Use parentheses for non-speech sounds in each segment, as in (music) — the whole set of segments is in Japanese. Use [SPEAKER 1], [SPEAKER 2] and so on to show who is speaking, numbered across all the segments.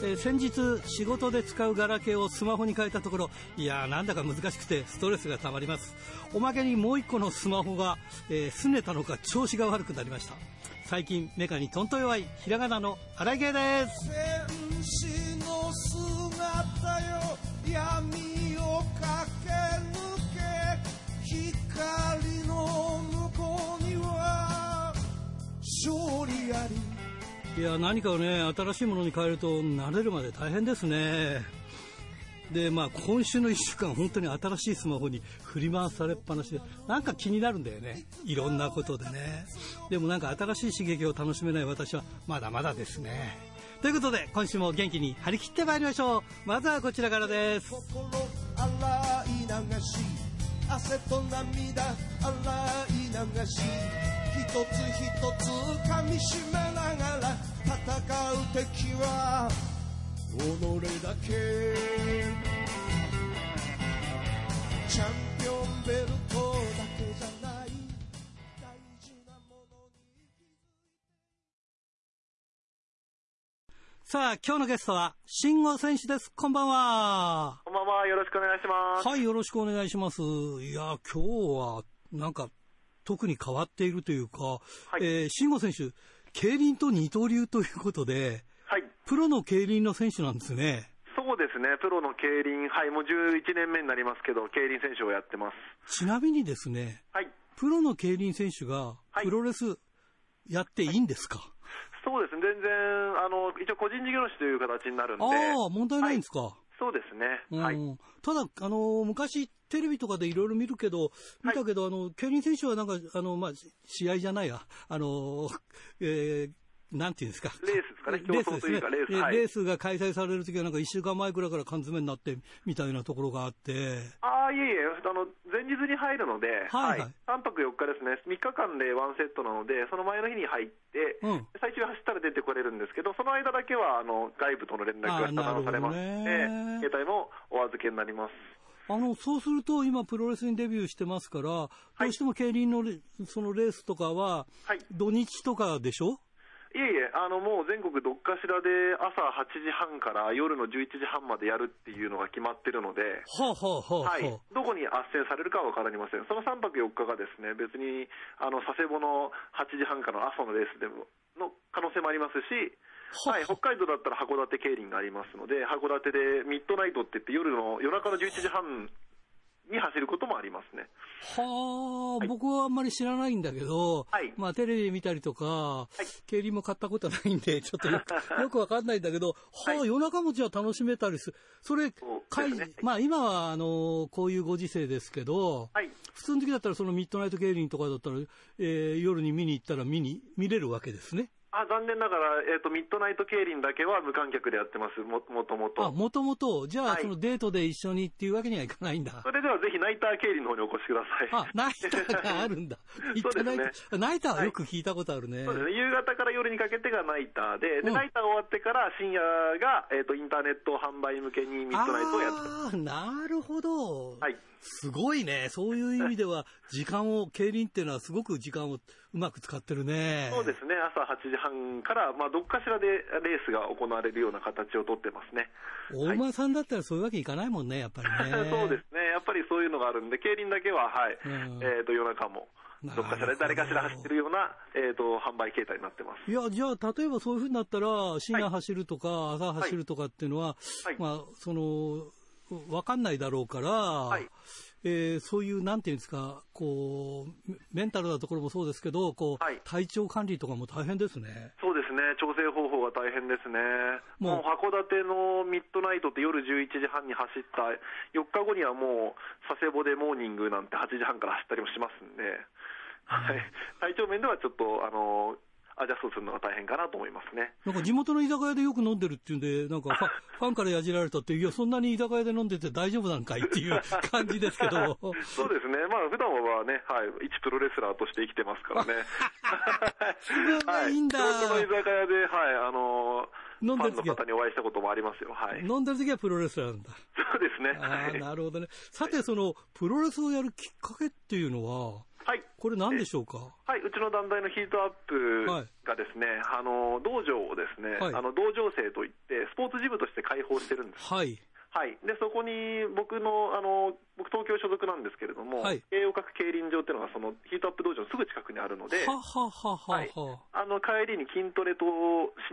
[SPEAKER 1] えー先日仕事で使うガラケーをスマホに変えたところいやーなんだか難しくてストレスがたまりますおまけにもう一個のスマホが、えー拗ねたのか調子が悪くなりました最近メカにとんと弱いひらがなの荒井芸です
[SPEAKER 2] 天使の姿よ闇を駆け抜け光の向こうには勝利あり
[SPEAKER 1] いや何かをね新しいものに変えると慣れるまで大変ですねでまあ今週の1週間本当に新しいスマホに振り回されっぱなしでなんか気になるんだよねいろんなことでねでもなんか新しい刺激を楽しめない私はまだまだですねということで今週も元気に張り切ってまいりましょうまずはこちらからです
[SPEAKER 2] 心洗い流し汗と涙洗い流し一つ一つ噛みしめながら戦う敵は己だけチャンピオンベルトだけじゃない大事なものに
[SPEAKER 1] さあ今日のゲストは慎吾選手ですこんばんは
[SPEAKER 3] こんばんは、よろしくお願いします。
[SPEAKER 1] はい、よろしくお願いします。いや、今日は、なんか、特に変わっているというか、
[SPEAKER 3] い
[SPEAKER 1] えー慎吾選手、競輪と二刀流ということで、
[SPEAKER 3] はい、
[SPEAKER 1] プロの競輪の選手なんですね。
[SPEAKER 3] そうですね、プロの競輪、はい、もう11年目になりますけど、競輪選手をやってます。
[SPEAKER 1] ちなみにですね、
[SPEAKER 3] はい、
[SPEAKER 1] プロの競輪選手が
[SPEAKER 3] は、い
[SPEAKER 1] プロレスやっていいんですか、
[SPEAKER 3] そうですね、全然、あの、一応個人事業主という形になるんで、
[SPEAKER 1] ああ、問題ないんですか、
[SPEAKER 3] そうですね、
[SPEAKER 1] うん
[SPEAKER 3] はい。
[SPEAKER 1] ただ、あのー昔、テレビとかでいろいろ見るけど、見たけど、あの、競輪選手はなんか、あの、まあ、し試合じゃないや、あのーえーなんていうんですか。
[SPEAKER 3] レースですかね競争というか
[SPEAKER 1] レースですね
[SPEAKER 3] レースはい
[SPEAKER 1] レースが開催されるときはなんか一週間前くらいから缶詰になって、みたいなところがあって、
[SPEAKER 3] ああ、いえいえ、あの、前日に入るので、
[SPEAKER 1] はいはい
[SPEAKER 3] 3泊4日ですね、3日間でワンセットなので、その前の日に入って、
[SPEAKER 1] うん
[SPEAKER 3] 最終走ったら出てこれるんですけど、その間だけは、あの、外部との連絡が遮断されますので
[SPEAKER 1] あーなるほどね、
[SPEAKER 3] 携帯もお預けになります。
[SPEAKER 1] あの、そうすると、今、プロレスにデビューしてますから、どうしても競輪のレ、そのレースとかは、
[SPEAKER 3] はい。
[SPEAKER 1] 土日とかでしょ
[SPEAKER 3] いえいえ、あのもう全国どっかしらで朝8時半から夜の11時半までやるっていうのが決まってるので、
[SPEAKER 1] はあ、はあはあはあ
[SPEAKER 3] はい、どこに斡旋されるかは分かりません、その3泊4日がですね別にあの佐世保の8時半からの朝のレースでもの可能性もありますし、
[SPEAKER 1] は
[SPEAKER 3] はい、北海道だったら函館競輪がありますので、函館でミッドナイトって言って、夜の夜中の11時半に走ることもありますね。
[SPEAKER 1] はあ、
[SPEAKER 3] はい
[SPEAKER 1] 僕はあんまり知らないんだけど、
[SPEAKER 3] はい
[SPEAKER 1] まあテレビ見たりとか、
[SPEAKER 3] い
[SPEAKER 1] 競輪も買ったことないん
[SPEAKER 3] (laughs)
[SPEAKER 1] で、ちょっとよくよくわかんないんだけど、はあ、
[SPEAKER 3] はい
[SPEAKER 1] 夜中もじゃあ楽しめたりする。それ、
[SPEAKER 3] そう
[SPEAKER 1] 会
[SPEAKER 3] ですね
[SPEAKER 1] まあ今は、あのこういうご時世ですけど、
[SPEAKER 3] はい
[SPEAKER 1] 普通の時だったらそのミッドナイト競輪とかだったら、えー夜に見に行ったら見に、見れるわけですね。
[SPEAKER 3] あ残念ながら、えーと、ミッドナイト競輪だけは無観客でやってます、ももともと。
[SPEAKER 1] あ、もともと、じゃあ
[SPEAKER 3] はい
[SPEAKER 1] そのデートで一緒にっていうわけにはいかないんだ。
[SPEAKER 3] それではぜひナイター競輪の方にお越しくだ
[SPEAKER 1] あ
[SPEAKER 3] さい。、
[SPEAKER 1] ナイターがあるんだ。ミッ
[SPEAKER 3] (laughs) そ
[SPEAKER 1] ド
[SPEAKER 3] うです
[SPEAKER 1] ナイト、
[SPEAKER 3] ね
[SPEAKER 1] あナイターはよく聞いたことあるね。
[SPEAKER 3] そうですね、夕方から夜にかけてがナイターで、で
[SPEAKER 1] うん
[SPEAKER 3] ナイター終わってから深夜が、えー、とインターネット販売向けにミッドナイトをやって
[SPEAKER 1] ああー、なるほど。
[SPEAKER 3] はい、
[SPEAKER 1] すごいね。そういう意味では、時間を、競輪っていうのはすごく時間をうまく使ってるね。
[SPEAKER 3] そうですね、朝8時半から、まあ、どっかしらでレースが行われるような形をとってますね。
[SPEAKER 1] 大馬さんだったらそういうわけいかないもんね、やっぱりね。
[SPEAKER 3] (laughs) そうですね、やっぱりそういうのがあるんで、競輪だけは、はい、
[SPEAKER 1] うん
[SPEAKER 3] えー、と夜中も、
[SPEAKER 1] なる
[SPEAKER 3] ど
[SPEAKER 1] ほ
[SPEAKER 3] っ
[SPEAKER 1] ど
[SPEAKER 3] かしらで誰かしら走ってるような、えー、と販売形態になってます。
[SPEAKER 1] いや、じゃあ、例えばそういうふうになったら、深夜走るとか、朝走るとかっていうのは、
[SPEAKER 3] はい
[SPEAKER 1] まあ、その、わかんないだろうから、
[SPEAKER 3] い
[SPEAKER 1] えーそういう、なんていうんですか、こう、メメンタルなところもそうですけど、こう、
[SPEAKER 3] はい
[SPEAKER 1] 体調管理とかも大変ですね。
[SPEAKER 3] そうですね、調整方法が大変ですね。
[SPEAKER 1] もう
[SPEAKER 3] もう函館のミッドナイトって夜11時半に走った4日後にはもう佐世保でモーニングなんて8時半から走ったりもしますんで、はい、体調面ではちょっと、あの、アジャストするのが大変かなと思いますね。
[SPEAKER 1] なんか地元の居酒屋でよく飲んでるっていうんで、なんか
[SPEAKER 3] (laughs)
[SPEAKER 1] ファファンからやじられたって、いや、そんなに居酒屋で飲んでて大丈夫なんかいっていう感じですけど、
[SPEAKER 3] そうですね、まあ普段はね、はい、一プロレスラーとして生きてますからね。
[SPEAKER 1] れはいいんだ
[SPEAKER 3] はい、地元の居酒屋で、はい、あの、
[SPEAKER 1] 飲んでる
[SPEAKER 3] ファン
[SPEAKER 1] 時
[SPEAKER 3] の
[SPEAKER 1] は
[SPEAKER 3] 方にお会いしたこともありますよ。はい。
[SPEAKER 1] 飲んでる時はプロレスラーなんだ。
[SPEAKER 3] そうですね。
[SPEAKER 1] あ
[SPEAKER 3] は
[SPEAKER 1] あ、
[SPEAKER 3] い。
[SPEAKER 1] なるほどね。さて、その、プロレスをやるきっかけっていうのは、
[SPEAKER 3] はい
[SPEAKER 1] これ何でしょうか
[SPEAKER 3] はい、うちの団体のヒートアップ
[SPEAKER 1] はい
[SPEAKER 3] がですね、あの道場をですね、
[SPEAKER 1] はい
[SPEAKER 3] あの道場生といって、スポーツジムとして開放してるんです。
[SPEAKER 1] はい。
[SPEAKER 3] はい、でそこに僕のあの、僕、東京所属なんですけれども、
[SPEAKER 1] はい
[SPEAKER 3] 栄養学競輪場っていうのが、そのヒートアップ道場のすぐ近くにあるので、
[SPEAKER 1] はははは
[SPEAKER 3] はい
[SPEAKER 1] はは。
[SPEAKER 3] あの帰りに筋トレと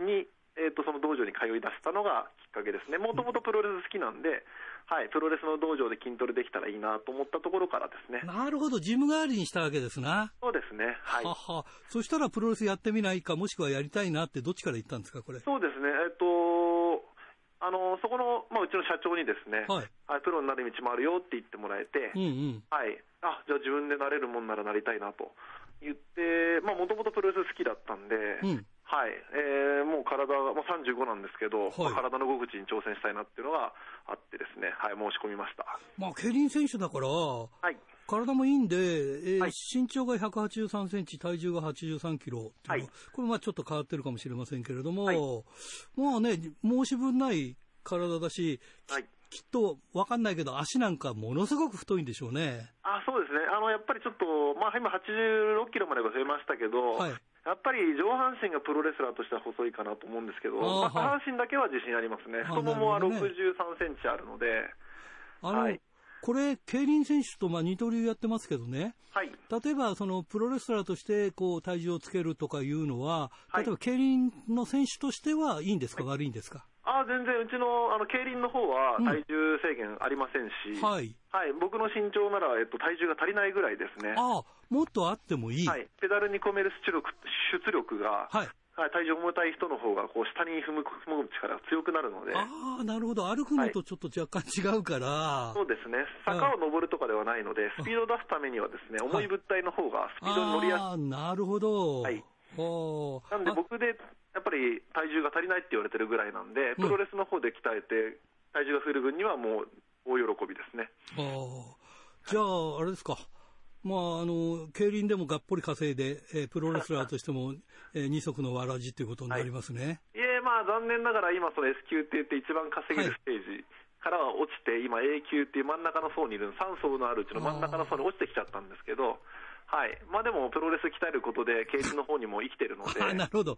[SPEAKER 3] しに、えー、とその道場に通い出したのがきっかけですね、もともとプロレス好きなんで、はい、プロレスの道場で筋トレできたらいいなと思ったところからですね、
[SPEAKER 1] なるほど、ジム代わりにしたわけですな。
[SPEAKER 3] そうですね、はい、
[SPEAKER 1] はは。そしたらプロレスやってみないか、もしくはやりたいなってどっちから言ったんですか、これ。
[SPEAKER 3] そうですね、えっ、と、あのそこの、まあ、うちの社長にですね、
[SPEAKER 1] はい。
[SPEAKER 3] はい、プロになる道もあるよって言ってもらえて、
[SPEAKER 1] うんうん。
[SPEAKER 3] はい、あじゃあ自分でなれるもんならなりたいなと言って、もともとプロレス好きだったんで、
[SPEAKER 1] うん。
[SPEAKER 3] はいえーもう体が、もう35なんですけど、
[SPEAKER 1] はい
[SPEAKER 3] まあ体の動く口に挑戦したいなっていうのがあってですね、はい、申し込みました。
[SPEAKER 1] まあ、競輪選手だから、
[SPEAKER 3] はい、
[SPEAKER 1] 体もいいんで、えー
[SPEAKER 3] はい
[SPEAKER 1] 身長が183センチ、体重が83キロっていうのは、
[SPEAKER 3] はい
[SPEAKER 1] これまあちょっと変わってるかもしれませんけれども、
[SPEAKER 3] はい
[SPEAKER 1] まあね、申し分ない体だし、
[SPEAKER 3] はい
[SPEAKER 1] きっとわかんないけど、足なんかものすごく太いんでしょうね。
[SPEAKER 3] あそうですねあの、やっぱりちょっと、まあ、今、86キロまでは増えましたけど、
[SPEAKER 1] はい
[SPEAKER 3] やっぱり上半身がプロレスラーとしては細いかなと思うんですけど、
[SPEAKER 1] あー
[SPEAKER 3] まあ、下半身だけは自信ありますね、
[SPEAKER 1] あ
[SPEAKER 3] 太ももは
[SPEAKER 1] なるほ
[SPEAKER 3] 63
[SPEAKER 1] どね
[SPEAKER 3] センチあるので、
[SPEAKER 1] あの、
[SPEAKER 3] はい
[SPEAKER 1] これ、競輪選手とまあ二刀流やってますけどね、
[SPEAKER 3] はい、
[SPEAKER 1] 例えばそのプロレスラーとしてこう体重をつけるとかいうのは、
[SPEAKER 3] はい
[SPEAKER 1] 例えば競輪の選手としてはいいんですか、悪いんですか。
[SPEAKER 3] あー全然、うちのあの競輪の方は体重制限ありませんし、はい
[SPEAKER 1] はい。
[SPEAKER 3] 僕の身長なら、えっと、体重が足りないぐらいですね。
[SPEAKER 1] ああ、もっとあってもいい。
[SPEAKER 3] はい、ペダルに込める出力出力が、
[SPEAKER 1] はい
[SPEAKER 3] はい体重重たい人の方がこう下に踏む踏む力が強くなるので、
[SPEAKER 1] ああ、なるほど。歩くのとちょっと若干違うから。
[SPEAKER 3] そうですね、坂を登るとかではないので、スピードを出すためには、ですね重い物体の方がスピードに乗りやすい、
[SPEAKER 1] ああ、なるほど。
[SPEAKER 3] はい
[SPEAKER 1] おー
[SPEAKER 3] なんで僕でやっぱり体重が足りないって言われてるぐらいなんで、プロレスの方で鍛えて、体重が増える分にはもう大喜びですね。
[SPEAKER 1] ああじゃあ、あれですか。まあ、あの、競輪でもがっぽり稼いで、えープロレスラーとして
[SPEAKER 3] (laughs)
[SPEAKER 1] も、えー二足のわらじということになりますね。
[SPEAKER 3] いえ、まあ残念ながら今、その S 級って言って一番稼げるステージからは落ちて、今 A 級っていう真ん中の層にいる、3層のあるうちの真ん中の層に落ちてきちゃったんですけど、はい。まあでもプロレス鍛えることで、ケーの方にも生きてるの
[SPEAKER 1] (laughs)
[SPEAKER 3] で
[SPEAKER 1] あ、あなるほど。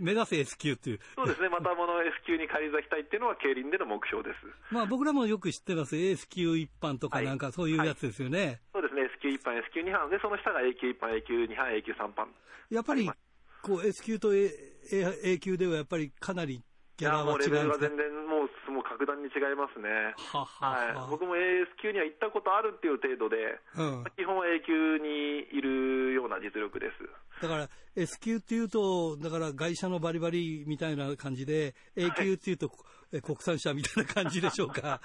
[SPEAKER 1] 目指せ S 級っていう。
[SPEAKER 3] そうですね、またもの S 級に返り咲きたいっていうのは競輪での目標です。
[SPEAKER 1] まあ僕らもよく知ってます。S 級一般とか
[SPEAKER 3] はい
[SPEAKER 1] なんかそういうやつですよね。
[SPEAKER 3] そうですね、S 級1班、S 級2班で、その下が A 級1班、A 級2班、A 級3班。
[SPEAKER 1] やっぱり、こう S 級と A, A, A 級ではやっぱりかなり
[SPEAKER 3] い
[SPEAKER 1] ギャ
[SPEAKER 3] や、
[SPEAKER 1] ラは
[SPEAKER 3] もうレ
[SPEAKER 1] 違
[SPEAKER 3] ベ
[SPEAKER 1] うんで
[SPEAKER 3] ルが
[SPEAKER 1] すか
[SPEAKER 3] 全然もう、もう格段に違いますね。
[SPEAKER 1] はは
[SPEAKER 3] はい。僕も AS 級には行ったことあるっていう程度で、
[SPEAKER 1] うん。
[SPEAKER 3] 基本は A 級にいるような実力です。
[SPEAKER 1] だから S 級っていうと、だから外車のバリバリみたいな感じで、A 級っていうと、え国産車みたいな感じでしょうか。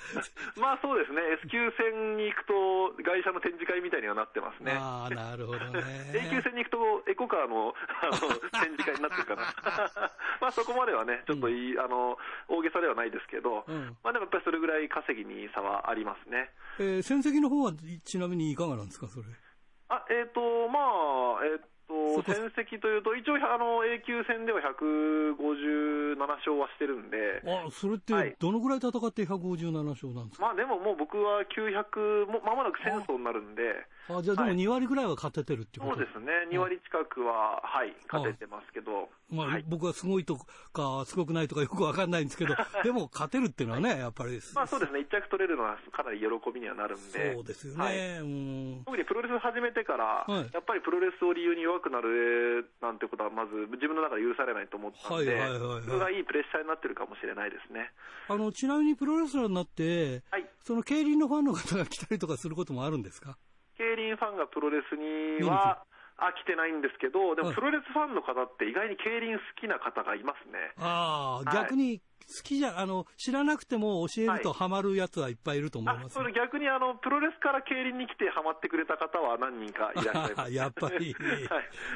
[SPEAKER 3] まあそうですね、S 級戦に行くと、外車の展示会みたいにはなってますね。
[SPEAKER 1] ああ、なるほど
[SPEAKER 3] A 級
[SPEAKER 1] ね。
[SPEAKER 3] 戦に行くと、エコカーのあ
[SPEAKER 1] (laughs)
[SPEAKER 3] の展示会になってるかな。 (laughs) まあそこまではね、ちょっといい、あの、大げさではないですけど、
[SPEAKER 1] うん
[SPEAKER 3] まあでもやっぱりそれぐらい稼ぎに差はありますね。
[SPEAKER 1] えー戦績の方はちなみにいかがなんですか、それ。
[SPEAKER 3] あ、えっ、と、まあ、えっ、
[SPEAKER 1] そこ
[SPEAKER 3] と、戦績というと、一応、あの、A 級戦では157勝はしてるんで、
[SPEAKER 1] あそれっ
[SPEAKER 3] はい
[SPEAKER 1] てどのぐらい戦って157勝なんですか、
[SPEAKER 3] まあでももう僕は900、もまもなく戦争になるんで、
[SPEAKER 1] あじゃあでも
[SPEAKER 3] はい
[SPEAKER 1] 2割ぐらいは勝ててるっていうこ
[SPEAKER 3] そう
[SPEAKER 1] と、
[SPEAKER 3] ですね、2割近くは、はい、勝ててますけど、
[SPEAKER 1] まあ、
[SPEAKER 3] はい。
[SPEAKER 1] 僕はすごいとか、すごくないとかよくわかんないんですけど、でも勝てるっていうのはね、やっぱりです。
[SPEAKER 3] まあそうですね、1着取れるのはかなり喜びにはなるんで。
[SPEAKER 1] そうですよ
[SPEAKER 3] はい
[SPEAKER 1] ね。うん
[SPEAKER 3] 特にプロレス始めてから、
[SPEAKER 1] はい
[SPEAKER 3] やっぱりプロレスを理由に弱くなるなんてことは、まず自分の中で許されないと思ったんで、
[SPEAKER 1] はいはいはいはい
[SPEAKER 3] それがいいプレッシャーになってるかもしれないですね。
[SPEAKER 1] あの、ちなみにプロレスラーになって、
[SPEAKER 3] はい
[SPEAKER 1] その競輪のファンの方が来たりとかすることもあるんですか
[SPEAKER 3] 競輪ファンがプロレスには、飽きてないんですけど、で
[SPEAKER 1] は
[SPEAKER 3] も
[SPEAKER 1] い
[SPEAKER 3] プロレスファンの方って意外に競輪好きな方がいますね。
[SPEAKER 1] ああ、
[SPEAKER 3] はい
[SPEAKER 1] 逆に好きじゃ、あの、知らなくても教えると
[SPEAKER 3] はい
[SPEAKER 1] ハマるやつはいっぱいいると思い
[SPEAKER 3] あ
[SPEAKER 1] ま、す
[SPEAKER 3] そ。れ逆にあの、プロレスから競輪に来てハマってくれた方は何人かいらっしゃい
[SPEAKER 1] (laughs)
[SPEAKER 3] ます。
[SPEAKER 1] やっぱり
[SPEAKER 3] はい。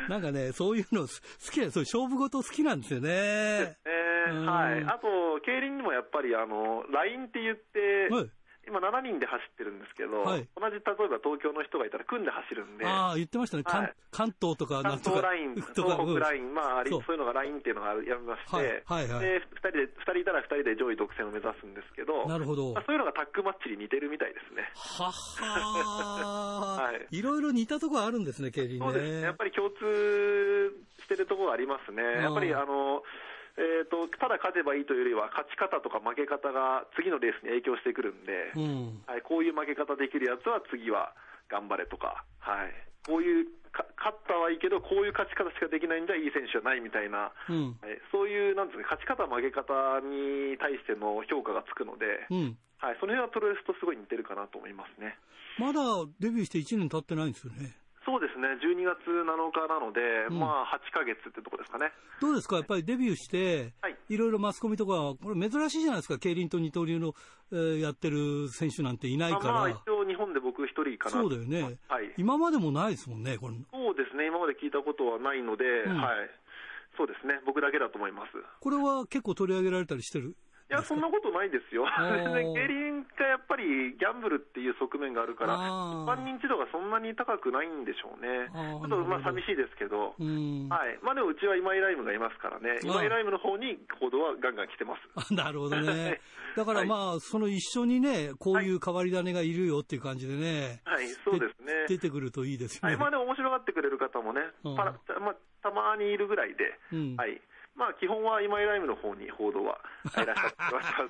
[SPEAKER 1] なんかね、そういうのす好きな、そういう勝負事好きなんです
[SPEAKER 3] (laughs)
[SPEAKER 1] よね。
[SPEAKER 3] えー
[SPEAKER 1] うん
[SPEAKER 3] はい。あと、競輪にもやっぱりあの、LINE って言って、
[SPEAKER 1] はい。
[SPEAKER 3] 今7人で走ってるんですけど、
[SPEAKER 1] はい
[SPEAKER 3] 同じ例えば東京の人がいたら組んで走るんで、
[SPEAKER 1] ああ、言ってましたね。関
[SPEAKER 3] はい
[SPEAKER 1] 関東とか、なんと
[SPEAKER 3] 関東
[SPEAKER 1] か。
[SPEAKER 3] ライン、
[SPEAKER 1] と
[SPEAKER 3] 東
[SPEAKER 1] か
[SPEAKER 3] 北ライ
[SPEAKER 1] ン。
[SPEAKER 3] ン、まあ、あり
[SPEAKER 1] そう
[SPEAKER 3] そういうのがラインっていうのがやめまして、
[SPEAKER 1] はいはいはい
[SPEAKER 3] で2人で、二人いたら2人で上位独占を目指すんですけど、
[SPEAKER 1] なるほど
[SPEAKER 3] まあ、そういうのがタッグマッチに似てるみたいですね。
[SPEAKER 1] はっは
[SPEAKER 3] は
[SPEAKER 1] ー。いろいろ似たところあるんですね、競輪
[SPEAKER 3] そうですね、や
[SPEAKER 1] ね
[SPEAKER 3] っ。ぱり共通してるところがありますね、
[SPEAKER 1] うん
[SPEAKER 3] やっぱりあの、えー、とただ勝てばいいというよりは、勝ち方とか負け方が次のレースに影響してくるんで、
[SPEAKER 1] うん。
[SPEAKER 3] はい、こういう負け方できるやつは次は頑張れとか、はい、こういうか勝ったはいいけど、こういう勝ち方しかできないんじゃいい選手じゃないみたいな、
[SPEAKER 1] うん。
[SPEAKER 3] はい、そういうなんですか、勝ち方、負け方に対しての評価がつくので、
[SPEAKER 1] うん。
[SPEAKER 3] はい、その辺はプロレスとすごい似てるかなと思いますね。
[SPEAKER 1] まだデビューして1年経ってないんですよね。
[SPEAKER 3] そうですね、12月7日なので、
[SPEAKER 1] うん
[SPEAKER 3] まあ8ヶ月ってとこですかね。
[SPEAKER 1] どうですかやっぱりデビューして、
[SPEAKER 3] はい
[SPEAKER 1] いろいろマスコミとか、これ珍しいじゃないですか。競輪と二刀流の、えーやってる選手なんていない
[SPEAKER 3] ま
[SPEAKER 1] か
[SPEAKER 3] あ、まあ
[SPEAKER 1] ら
[SPEAKER 3] 一。応日本で僕一人かな。
[SPEAKER 1] そうだよね。
[SPEAKER 3] はい。
[SPEAKER 1] 今までもないですもんね、これ。
[SPEAKER 3] そうですね、今まで聞いたことはないので、
[SPEAKER 1] ん
[SPEAKER 3] はい。そうですね、僕だけだと思います。
[SPEAKER 1] これは結構取り上げられたりしてる。
[SPEAKER 3] いや、そんなことないですよ。
[SPEAKER 1] ー
[SPEAKER 3] (laughs) 全然、競輪がやっぱりギャンブルっていう側面があるから、一
[SPEAKER 1] あー
[SPEAKER 3] 般認知度がそんなに高くないんでしょうね。
[SPEAKER 1] あー
[SPEAKER 3] ちょっとまあ
[SPEAKER 1] なるほど
[SPEAKER 3] 寂しいですけど、
[SPEAKER 1] うん。
[SPEAKER 3] はい。まあでもうちは今井ライムがいますからね、
[SPEAKER 1] ー
[SPEAKER 3] 今井ライムの方に報道はガンガン来てます。
[SPEAKER 1] あなるほどね。だから
[SPEAKER 3] (laughs) はい
[SPEAKER 1] まあ、その一緒にね、こういう変わり種がいるよっていう感じでね、
[SPEAKER 3] はい、そうですね。
[SPEAKER 1] 出てくるといいですよ
[SPEAKER 3] は
[SPEAKER 1] ね。
[SPEAKER 3] い、まあでも面白がってくれる方もね、
[SPEAKER 1] うん
[SPEAKER 3] パラたまあ、たまにいるぐらいで、
[SPEAKER 1] うん
[SPEAKER 3] はい。まあ基本は今井ライムの方に報道
[SPEAKER 1] (laughs)
[SPEAKER 3] は、はい、いらっしゃってます。は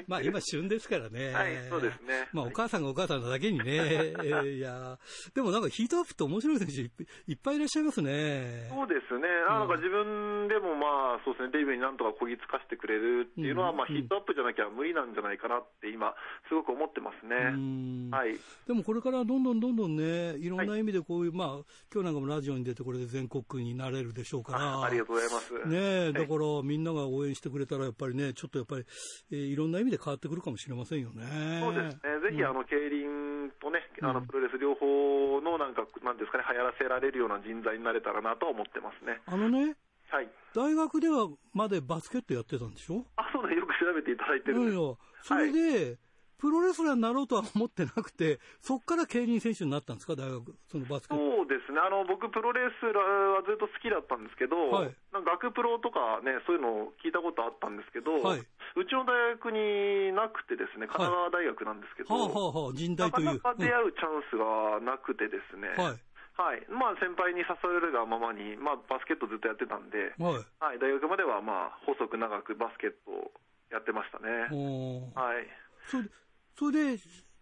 [SPEAKER 3] い。
[SPEAKER 1] まあ今旬ですからね。
[SPEAKER 3] はいそうですね
[SPEAKER 1] まあお母さんがお母さんなだけにね。 (laughs) えーいやーでもなんかヒートアップって面白い選手いっぱいいっぱいいらっしゃいますね。
[SPEAKER 3] そうですね、あなんか自分でもまあ、そうですね、デビューになんとかこぎつかしてくれるっていうのは、
[SPEAKER 1] うん
[SPEAKER 3] まあ、ヒートアップじゃなきゃ無理なんじゃないかなって、今、すごく思ってます
[SPEAKER 1] う
[SPEAKER 3] ね。
[SPEAKER 1] ん
[SPEAKER 3] はい、
[SPEAKER 1] でもこれからどんどんどんどんね、いろんな意味でこういう、まあ、今日なんかもラジオに出てこれで全国区になれるでしょうから。
[SPEAKER 3] あありがとうございます。
[SPEAKER 1] ねえ、だからみんなが応援してくれたら、やっぱりね、ちょっとやっぱり、えーいろんな意味で変わってくるかもしれませんよね。
[SPEAKER 3] そうですね、ぜひあの競輪とね、あのプロレス両方のなんか、なんですかね、流行らせられるような人材になれたらなとは思ってますね。
[SPEAKER 1] あのね、
[SPEAKER 3] はい。
[SPEAKER 1] 大学ではまでバスケットやってたんでしょ
[SPEAKER 3] あ、そうだ、よく調べていただいてるん
[SPEAKER 1] う
[SPEAKER 3] で
[SPEAKER 1] ん
[SPEAKER 3] す。
[SPEAKER 1] よ。それで、プロレスラーになろうとは思ってなくて、そっから競輪選手になったんですか大学、そのバスケット。
[SPEAKER 3] そうですね、あの僕、プロレスラーはずっと好きだったんですけど、
[SPEAKER 1] はい
[SPEAKER 3] なんか学プロとかね、そういうのを聞いたことあったんですけど、
[SPEAKER 1] はいう
[SPEAKER 3] ちの大学になくてですね、神奈川大学なんですけど、
[SPEAKER 1] はあはあはあ、人大
[SPEAKER 3] なか
[SPEAKER 1] という。
[SPEAKER 3] なか出会うチャンスがなくてですね、
[SPEAKER 1] うんはい。
[SPEAKER 3] はいまあ、先輩に誘えるがままに、まあ、バスケットずっとやってたんで、
[SPEAKER 1] はい。
[SPEAKER 3] はい、大学までは、まあ、細く長くバスケットをやってましたね。
[SPEAKER 1] おー
[SPEAKER 3] はい
[SPEAKER 1] それで、それで、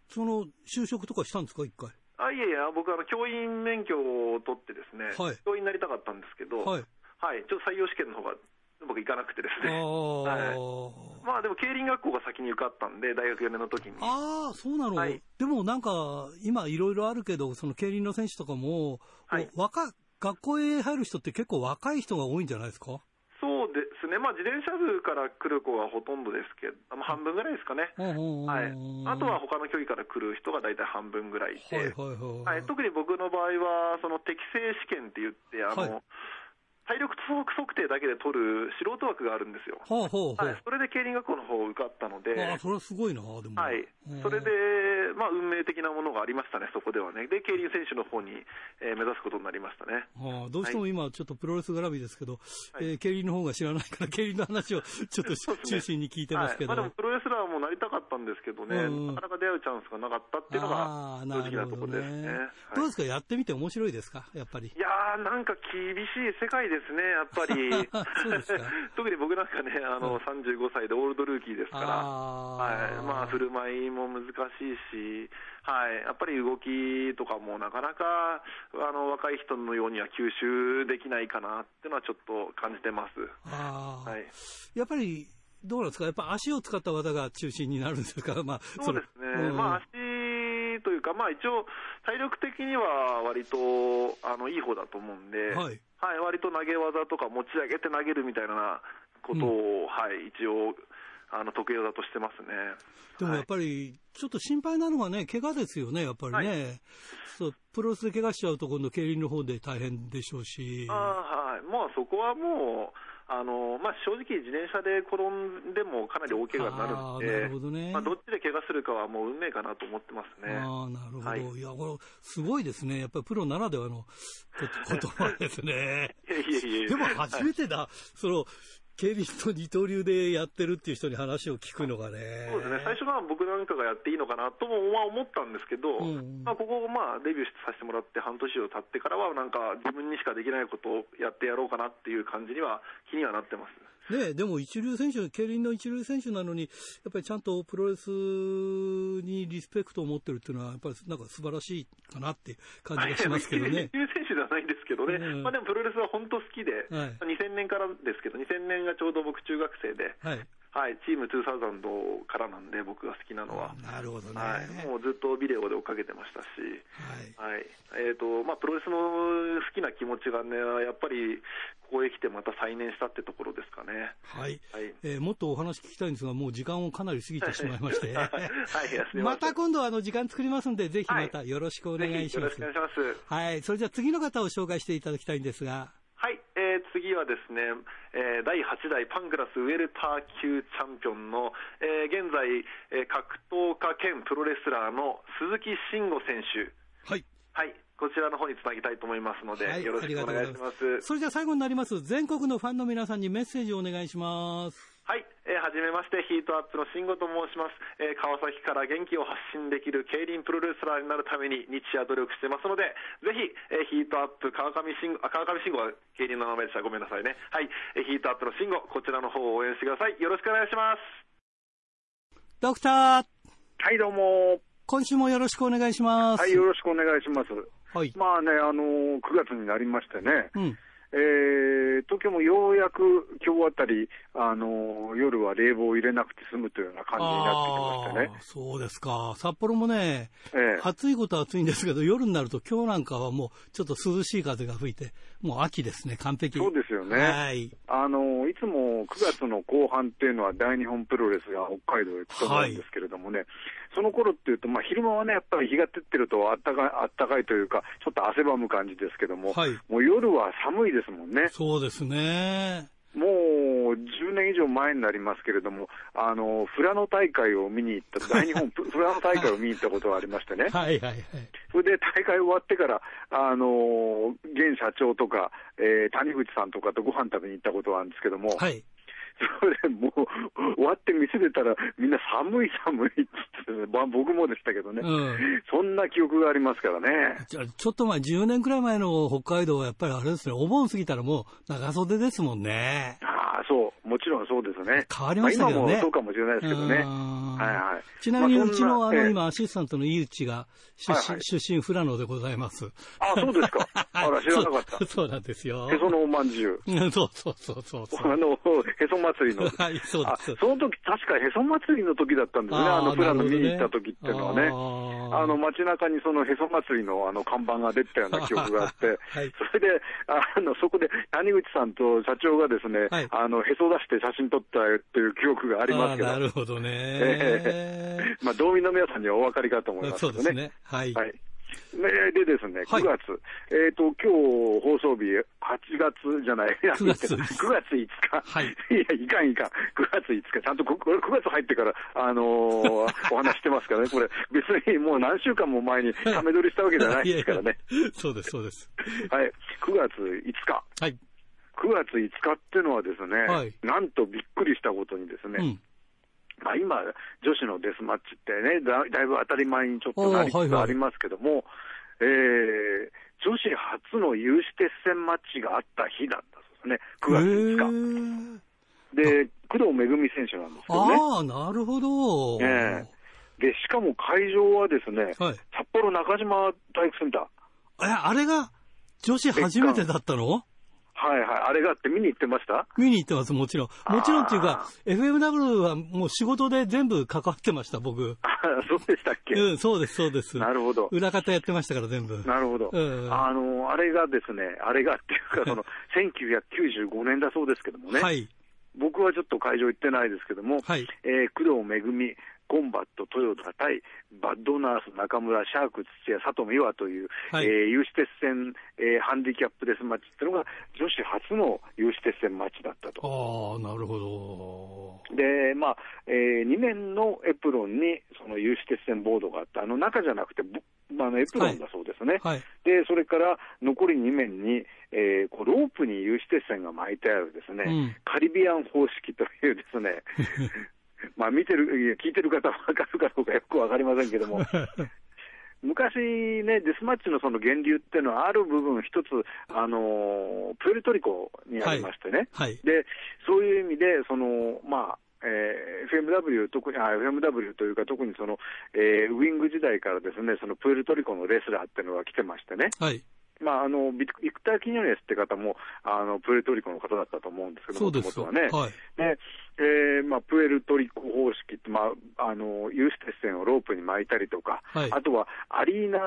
[SPEAKER 1] その、就職とかしたんですか一回。
[SPEAKER 3] あいえいえ、僕あの、教員免許を取ってですね、
[SPEAKER 1] はい
[SPEAKER 3] 教員になりたかったんですけど、
[SPEAKER 1] はい。
[SPEAKER 3] はい、ちょっと採用試験の方がうまくいかなくてです
[SPEAKER 1] あ
[SPEAKER 3] ね、
[SPEAKER 1] あ、
[SPEAKER 3] (laughs) まあでも競輪学校が先に受かったんで、大学4年の時に。
[SPEAKER 1] ああ、そうなの、
[SPEAKER 3] はい
[SPEAKER 1] でもなんか、今いろいろあるけど、その競輪の選手とかも、
[SPEAKER 3] はい
[SPEAKER 1] お若い、学校へ入る人って結構若い人が多いんじゃないですか
[SPEAKER 3] そうですね、まあ自転車部から来る子はほとんどですけど、まあ、半分ぐらいですかね、
[SPEAKER 1] は
[SPEAKER 3] はい、あとは他の競技から来る人が大体半分ぐらいい
[SPEAKER 1] はいはい
[SPEAKER 3] て、
[SPEAKER 1] は。
[SPEAKER 3] はいい、特に僕の場合は、その適正試験って言って、あ
[SPEAKER 1] はい
[SPEAKER 3] の体力測定だけで取る素人枠があるんですよ。
[SPEAKER 1] はあ、はあ、
[SPEAKER 3] は、
[SPEAKER 1] はい
[SPEAKER 3] それで競輪学校の方を受かったので、
[SPEAKER 1] あ。ああ、それはすごいな、でも。
[SPEAKER 3] はい
[SPEAKER 1] うん、
[SPEAKER 3] それで、まあ、運命的なものがありましたね、そこではね、で競輪選手の方に、えー目指すことになりましたね。
[SPEAKER 1] ああどうしても今、ちょっとプロレス絡みですけど、
[SPEAKER 3] はい
[SPEAKER 1] えー競輪の方が知らないから、競輪の話をちょっと
[SPEAKER 3] そうです
[SPEAKER 1] 中
[SPEAKER 3] ね
[SPEAKER 1] 心に聞いてますけど、
[SPEAKER 3] はいまあ、でもプロレスラーもなりたかったんですけどね、
[SPEAKER 1] うん
[SPEAKER 3] なかなか出会うチャンスがなかったっていうの
[SPEAKER 1] あ
[SPEAKER 3] が
[SPEAKER 1] あ、な
[SPEAKER 3] 正直な
[SPEAKER 1] る
[SPEAKER 3] と
[SPEAKER 1] ほ
[SPEAKER 3] こ
[SPEAKER 1] ど
[SPEAKER 3] ろですね。
[SPEAKER 1] ね。
[SPEAKER 3] はい
[SPEAKER 1] どうですか、やってみて面白いですか、やっぱり。
[SPEAKER 3] い。やー、なんか厳しい世界ですね、やっぱり
[SPEAKER 1] (laughs) そうですか
[SPEAKER 3] (laughs) 特に僕なんかね、あ
[SPEAKER 1] う
[SPEAKER 3] の、
[SPEAKER 1] ん
[SPEAKER 3] 35歳でオールドルーキーですから、
[SPEAKER 1] あ
[SPEAKER 3] は
[SPEAKER 1] あ
[SPEAKER 3] い、まあ、振る舞いも難しいし、はい、やっぱり動きとかもなかなか、あの、若い人のようには吸収できないかなっていうのはちょっと感じてます。
[SPEAKER 1] ああ、
[SPEAKER 3] はい。
[SPEAKER 1] やっぱり、どうなんですかやっぱ足を使った技が中心になるんですかまあ、
[SPEAKER 3] そうですね、
[SPEAKER 1] ん
[SPEAKER 3] まあ、足というか、まあ、一応、体力的には割とあのいい方だと思うんで、
[SPEAKER 1] はい
[SPEAKER 3] 割と投げ技とか持ち上げて投げるみたいなことを、はい、一応、あの得意技としてますね。
[SPEAKER 1] でもやっぱり、ちょっと心配なのがね、怪我ですよね、やっぱりね。そう、プロレスで怪我しちゃうと、今度競輪の方で大変でしょうし。
[SPEAKER 3] あーはい、まあそこはもう、
[SPEAKER 4] あのまあ、正直、自転車で転んでもかなり大怪我になるの
[SPEAKER 1] あーな
[SPEAKER 4] で、
[SPEAKER 1] るほどね
[SPEAKER 4] まあ、どっちで怪我するかはもう運命かなと思ってますね。
[SPEAKER 1] ああ、なるほど。
[SPEAKER 4] はい
[SPEAKER 1] い、や、これ、すごいですね。やっぱりプロならではの
[SPEAKER 4] (laughs)
[SPEAKER 1] こ言葉ですね。
[SPEAKER 4] いやいやいやいや
[SPEAKER 1] でも初めてだ、その、警備と二刀流でやってるっていう人に話を聞くのがね。
[SPEAKER 4] そうですね、最初は僕なんかがやっていいのかなともまあ思ったんですけど、
[SPEAKER 1] うん
[SPEAKER 4] まあ、ここをまあデビューさせてもらって半年以上経ってからは、なんか自分にしかできないことをやってやろうかなっていう感じには気にはなってます。
[SPEAKER 1] ねえでも一流選手、競輪の一流選手なのに、やっぱりちゃんとプロレスにリスペクトを持ってるっていうのは、やっぱりなんか素晴らしいかなっていう感じがしますけどね
[SPEAKER 4] 一。流選手ではないんですけどね、
[SPEAKER 1] うん
[SPEAKER 4] まあ、でもプロレスは本当好きで、
[SPEAKER 1] はい
[SPEAKER 4] 2000年からですけど、2000年がちょうど僕、中学生で、
[SPEAKER 1] はい。
[SPEAKER 4] はい、チーム2000からなんで、僕が好きなのは、
[SPEAKER 1] なるほどね。は。
[SPEAKER 4] はいい、もうずっとビデオで追っかけてましたし。はいえーとまあ、プロレスの好きな気持ちがね、やっぱりここへ来てまた再燃したってところですかね。
[SPEAKER 1] はい。
[SPEAKER 4] はい
[SPEAKER 1] えーもっとお話聞きたいんですが、もう時間をかなり過ぎてしまいまし
[SPEAKER 4] (laughs)
[SPEAKER 1] て。
[SPEAKER 4] はいすいま
[SPEAKER 1] ま
[SPEAKER 4] せん
[SPEAKER 1] た今度あの時間作りますんで、ぜひまたよろしくお願いしま
[SPEAKER 4] ぜ
[SPEAKER 1] す。
[SPEAKER 4] ひよろしくお願いします。
[SPEAKER 1] はい。それじゃあ次の方を紹介していただきたいんですが。
[SPEAKER 4] はい、えー次はですね、えー第8代パンクラスウェルター級チャンピオンの、えー現在、えー格闘家兼プロレスラーの鈴木慎吾選手、
[SPEAKER 1] はい。
[SPEAKER 4] はい、こちらの方につなぎたいと思いますので、
[SPEAKER 1] はい。
[SPEAKER 4] よろしくお願いし
[SPEAKER 1] ありがとうござ
[SPEAKER 4] ま
[SPEAKER 1] い
[SPEAKER 4] す。
[SPEAKER 1] それじゃあ最後になります。全国のファンの皆さんにメッセージをお願いします。
[SPEAKER 4] はい、えーはじめまして、ヒートアップの慎吾と申します、えー川崎から元気を発信できる競輪プロレスラーになるために日夜努力してますので、ぜひ、えーヒートアップ川上慎吾、あ川上慎吾は競輪の名前でした、ごめんなさいね。はい、えーヒートアップの慎吾、こちらの方を応援してください。よろしくお願いします。
[SPEAKER 1] ドクター、
[SPEAKER 3] はい、どうも。
[SPEAKER 1] 今週もよろしくお願いします。
[SPEAKER 3] はい、よろしくお願いします。
[SPEAKER 1] はい。
[SPEAKER 3] まあね、あのー、9月になりましてね、
[SPEAKER 1] うん。
[SPEAKER 3] えー、東京もようやく今日あたり、あのー、夜は冷房を入れなくて済むというような感じになってきま
[SPEAKER 1] ーそうですか。札幌もね、
[SPEAKER 3] してね。ええ
[SPEAKER 1] 暑いことは暑いんですけど、夜になると今日なんかはもうちょっと涼しい風が吹いて、もう秋ですね、完璧。
[SPEAKER 3] そうですよね
[SPEAKER 1] はい。
[SPEAKER 3] あのー、いつも9月の後半っていうのは大日本プロレスが北海道へ行くと思うんですけれどもね、その頃っていうと、まあ昼間はね、やっぱり日が照ってるとあったかい、あったかいというか、ちょっと汗ばむ感じですけども、
[SPEAKER 1] はい
[SPEAKER 3] もう夜は寒いですもんね。
[SPEAKER 1] そうですね。
[SPEAKER 3] もう10年以上前になりますけれども、あの、富良野大会を見に
[SPEAKER 1] (laughs)
[SPEAKER 3] 行った、大日本富富良野大会を見に行ったことがありましてね、
[SPEAKER 1] はいはいはい。
[SPEAKER 3] それで大会終わってから、あの、現社長とか、えー谷口さんとかとご飯食べに行ったことがあるんですけども、
[SPEAKER 1] はい。
[SPEAKER 3] (laughs) それもう終わって店出たら、みんな寒い寒いって言って、まあ僕もでしたけどね、
[SPEAKER 1] うん
[SPEAKER 3] そんな記憶がありますからね。
[SPEAKER 1] じゃあちょっと前、10年くらい前の北海道はやっぱりあれですね、お盆過ぎたらもう長袖ですもんね。
[SPEAKER 3] ああ、そう、もちろんそうですね。
[SPEAKER 1] 変わりましたけどね
[SPEAKER 3] あ今もそうかもしれないですけどね。
[SPEAKER 1] う
[SPEAKER 3] は
[SPEAKER 1] ー
[SPEAKER 3] い
[SPEAKER 1] ん
[SPEAKER 3] はい。
[SPEAKER 1] ちなみに
[SPEAKER 3] ま
[SPEAKER 1] う
[SPEAKER 3] そん
[SPEAKER 1] ちのあ
[SPEAKER 3] え
[SPEAKER 1] の
[SPEAKER 3] え
[SPEAKER 1] 今アシスタントの井内が出身、
[SPEAKER 3] はいはい
[SPEAKER 1] 出身富良野でございます。
[SPEAKER 3] あ、そうですか。あら、知らなかった
[SPEAKER 1] (laughs) そ。うそうなんですよ。
[SPEAKER 3] へそのおまんじゅう。
[SPEAKER 1] うんそうそうそうそうそう。
[SPEAKER 3] あの、へそ祭りの。
[SPEAKER 1] はい、そうで
[SPEAKER 3] あ
[SPEAKER 1] す。
[SPEAKER 3] その時、確かへそ祭りの時だったんですね。あの、
[SPEAKER 1] ー
[SPEAKER 3] プラの見に行
[SPEAKER 1] なる
[SPEAKER 3] った
[SPEAKER 1] ほど、
[SPEAKER 3] 時っていうのはね。あの、街中にそのへそ祭りのあの、看板が出てたような記憶があって
[SPEAKER 1] はい
[SPEAKER 3] (laughs) それで、あの、そこで谷口さんと社長がですね、
[SPEAKER 1] はい
[SPEAKER 3] あの、へそ出して写真撮ったっていう記憶があ
[SPEAKER 1] あ
[SPEAKER 3] りますけ
[SPEAKER 1] ー
[SPEAKER 3] ど
[SPEAKER 1] な、るほどね。
[SPEAKER 3] え (laughs) まあ、道民の皆さんにはお分かりかと思います
[SPEAKER 1] そうで
[SPEAKER 3] けど
[SPEAKER 1] す
[SPEAKER 3] ね。
[SPEAKER 1] ね。はい。
[SPEAKER 3] はい。ででですね、
[SPEAKER 1] はい
[SPEAKER 3] 9月、えっ、と、今日放送日、8月じゃない、
[SPEAKER 1] 9月
[SPEAKER 3] (laughs) 9月5日。
[SPEAKER 1] はい
[SPEAKER 3] (laughs) いや、いかんいかん。9月5日。ちゃんとこ、これ9月入ってから、あのー
[SPEAKER 1] (laughs)
[SPEAKER 3] お話してますからね。これ、別にもう何週間も前にため撮りしたわけじゃないですからね。
[SPEAKER 1] (laughs) いやいやそうです、そうです。
[SPEAKER 3] はい。9月5日。
[SPEAKER 1] はい。
[SPEAKER 3] 9月5日ってのはですね、
[SPEAKER 1] はい
[SPEAKER 3] なんとびっくりしたことにですね、
[SPEAKER 1] うん。
[SPEAKER 3] まあ、今、女子のデスマッチってねだ、だいぶ当たり前にちょっとなりつ
[SPEAKER 1] おーはい
[SPEAKER 3] つ
[SPEAKER 1] はい
[SPEAKER 3] ありますけども、えー女子初の有志鉄線マッチがあった日だったそうですね、9月5日。
[SPEAKER 1] へー
[SPEAKER 3] で、工藤めぐみ選手なんですけどね。
[SPEAKER 1] ああ、なるほど。
[SPEAKER 3] ええで、しかも会場はですね、
[SPEAKER 1] はい。
[SPEAKER 3] 札幌中島体育センター。
[SPEAKER 1] え、あれが女子初めてだったの
[SPEAKER 3] はいはい、あれがあって見に行ってました
[SPEAKER 1] 見に行ってます、もちろん。もちろんっていうか
[SPEAKER 3] あ、
[SPEAKER 1] FMW はもう仕事で全部関わってました、僕。
[SPEAKER 3] あそうでしたっけ、
[SPEAKER 1] うん、そうです、そうです。
[SPEAKER 3] なるほど。
[SPEAKER 1] 裏方やってましたから、全部。
[SPEAKER 3] なるほど、
[SPEAKER 1] うん
[SPEAKER 3] あの、あれがですね、あれがっていうか、その、1995年だそうですけどもね、
[SPEAKER 1] はい。
[SPEAKER 3] 僕はちょっと会場行ってないですけども、
[SPEAKER 1] はい
[SPEAKER 3] えー工藤めぐみ、コンバット豊田対バッドナース中村シャーク土屋里美和という、
[SPEAKER 1] はい
[SPEAKER 3] えー有志鉄線、えーハンディキャップデスマッチっていうのが女子初の有志鉄線マッチだったと。
[SPEAKER 1] ああ、なるほ
[SPEAKER 3] で、まあ、え2面のエプロンにその有志鉄線ボードがあって、あの中じゃなくて、ぼまあ、あのエプロンだそうですね。
[SPEAKER 1] ど。はい。
[SPEAKER 3] で、それから残り2面に、えーこうロープに有刺鉄線が巻いてあるですね、
[SPEAKER 1] うん
[SPEAKER 3] カリビアン方式というです
[SPEAKER 1] (laughs)
[SPEAKER 3] ね、まあ見てる、いや聞いてる方はわかるかどうかよくわかりません
[SPEAKER 1] (laughs)
[SPEAKER 3] けども、昔ね、デスマッチのその源流っていうのは、ある部分一つ、あのープエルトリコにありましてね、
[SPEAKER 1] はい。
[SPEAKER 3] で、そういう意味で、その、まあ、えー FMW 特に、あ、FMW というか特にその、えーウィング時代からですね、そのプエルトリコのレスラーっていうのが来てましてね。
[SPEAKER 1] はい。
[SPEAKER 3] まあ、あの、ビビクター・キニョネスって方も、あの、プエルトリコの方だったと思うんですけど
[SPEAKER 1] そう
[SPEAKER 3] も、
[SPEAKER 1] ですよ。
[SPEAKER 3] 元々はね。
[SPEAKER 1] はい。
[SPEAKER 3] で、えーまあ、プエルトリコ方式って、まあ、あの、有刺鉄線をロープに巻いたりとか、
[SPEAKER 1] はい
[SPEAKER 3] あとはアリーナ、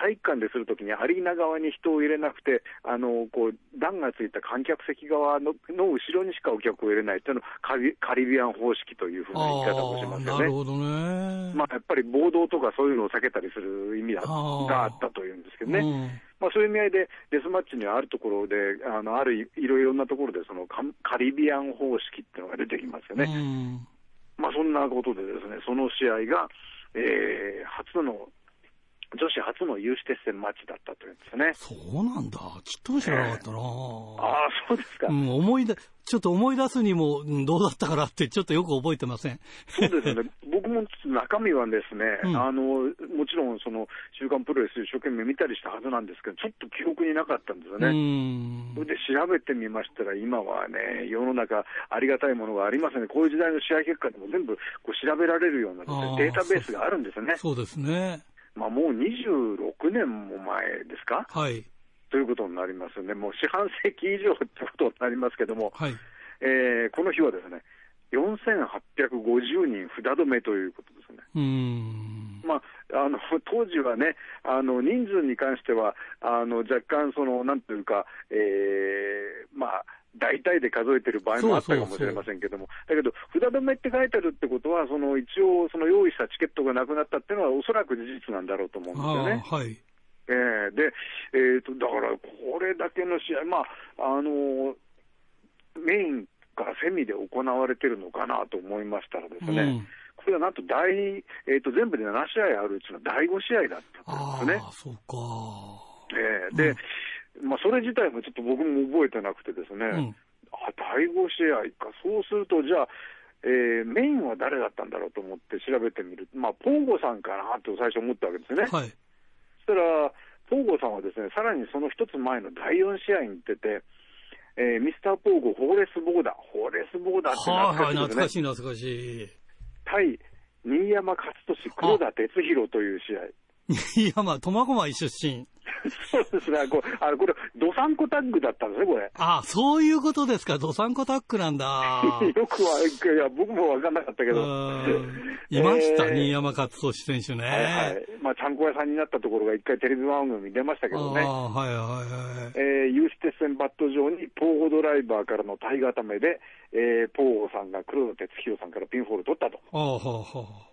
[SPEAKER 3] 体育館でするときにアリーナ側に人を入れなくて、あの、こう、段がついた観客席側のの後ろにしかお客を入れないっていうのをカリカリビアン方式というふうな言い方をし
[SPEAKER 1] ああ、
[SPEAKER 3] ます
[SPEAKER 1] な
[SPEAKER 3] よ
[SPEAKER 1] る
[SPEAKER 3] ね。
[SPEAKER 1] ほどね。
[SPEAKER 3] まあ、やっぱり暴動とかそういうのを避けたりする意味だ
[SPEAKER 1] あー
[SPEAKER 3] があったというんですけどね。
[SPEAKER 1] うん
[SPEAKER 3] まあ、そういう意味合いで、デスマッチにはあるところで、あのあるいいろいろなところでそのカ、カリビアン方式っていうのが出てきますよね。
[SPEAKER 1] うん
[SPEAKER 3] まあ、そんなことで、ですねその試合が、えー初の、女子初の有刺鉄線マッチだったというんですよね。
[SPEAKER 1] そうなんだ。ちっとも知らなかったな。
[SPEAKER 3] ああ、そうですか
[SPEAKER 1] う。ん、思い出、ちょっと思い出すにも、うんどうだったかなって、ちょっとよく覚えてません。
[SPEAKER 3] そう
[SPEAKER 1] (laughs)
[SPEAKER 3] ですね。僕も中身はですね、
[SPEAKER 1] うん
[SPEAKER 3] あの、もちろんその、週刊プロレス一生懸命見たりしたはずなんですけど、ちょっと記憶になかったんですよ
[SPEAKER 1] う
[SPEAKER 3] ね。
[SPEAKER 1] ん
[SPEAKER 3] そ。れで調べてみましたら、今はね、世の中、ありがたいものがありますね、こういう時代の試合結果でも全部こう調べられるようなですね
[SPEAKER 1] あー
[SPEAKER 3] データベースがあるんですね、
[SPEAKER 1] そうですね。
[SPEAKER 3] まあ、もう26年も前ですか、
[SPEAKER 1] はい。
[SPEAKER 3] ということになりますよね、もう四半世紀以上ってことになりますけども、
[SPEAKER 1] はい。
[SPEAKER 3] えーこの日はですね、4850人札止めということですね。
[SPEAKER 1] うん。
[SPEAKER 3] まあ、あの (laughs) 当時はね、あの人数に関しては、あの若干その、なんというか、えーまあ、大体で数えてる場合もあったかもしれませんけども、だけど、札止めって書いてあるってことは、その一応、その用意したチケットがなくなったっていうのは、おそらく事実なんだろうと思うんです
[SPEAKER 1] あ
[SPEAKER 3] よ
[SPEAKER 1] あ、
[SPEAKER 3] ね。
[SPEAKER 1] はい。
[SPEAKER 3] えーで、えーと、だからこれだけの試合、まああのメインからセミで行われてるのかなと思いましたらですね。
[SPEAKER 1] うん
[SPEAKER 3] これはなんと第、えー、と全部で7試合あるうちの第5試合だった
[SPEAKER 1] あ
[SPEAKER 3] んですね
[SPEAKER 1] あ、そうか。。
[SPEAKER 3] えーで、まあ、それ自体もちょっと僕も覚えてなくてですね、
[SPEAKER 1] うん
[SPEAKER 3] あ第5試合か、そうすると、じゃあ、えーメインは誰だったんだろうと思って調べてみる、まあ、ポーゴさんかなと最初思ったわけですね。
[SPEAKER 1] はい。
[SPEAKER 3] そしたら、ポーゴさんはですね、さらにその一つ前の第4試合に出て、えーミスターポーゴ、ホーレス・ボーダー、ホーレス・ボーダーって
[SPEAKER 1] はいはい、
[SPEAKER 3] 懐
[SPEAKER 1] 懐か
[SPEAKER 3] かしいですね、
[SPEAKER 1] しい懐かしい。
[SPEAKER 3] 対新山勝利、黒田哲弘という試合。
[SPEAKER 1] いや、まあ、苫小牧出身。
[SPEAKER 3] そうですね、これ、あのこれドサンコタッグだったんですね、これ。
[SPEAKER 1] ああ、そういうことですか。ドサンコタックなんだ。
[SPEAKER 3] よくは、 (laughs) いや、僕も分かんなかったけ
[SPEAKER 1] う
[SPEAKER 3] ど、
[SPEAKER 1] んいました、
[SPEAKER 3] えー
[SPEAKER 1] 新山勝利選手ね。
[SPEAKER 3] はいはい、まあ、ちゃんこ屋さんになったところが一回テレビ番組に出ましたけ
[SPEAKER 1] あ
[SPEAKER 3] どね、
[SPEAKER 1] あ、はいはいはい。
[SPEAKER 3] えー、有刺鉄線バット上にポーゴドライバーからの体固めで、えー、ポーゴさんが黒田哲弘さんからピンホール取ったと。
[SPEAKER 1] ああ、はあ、はあ。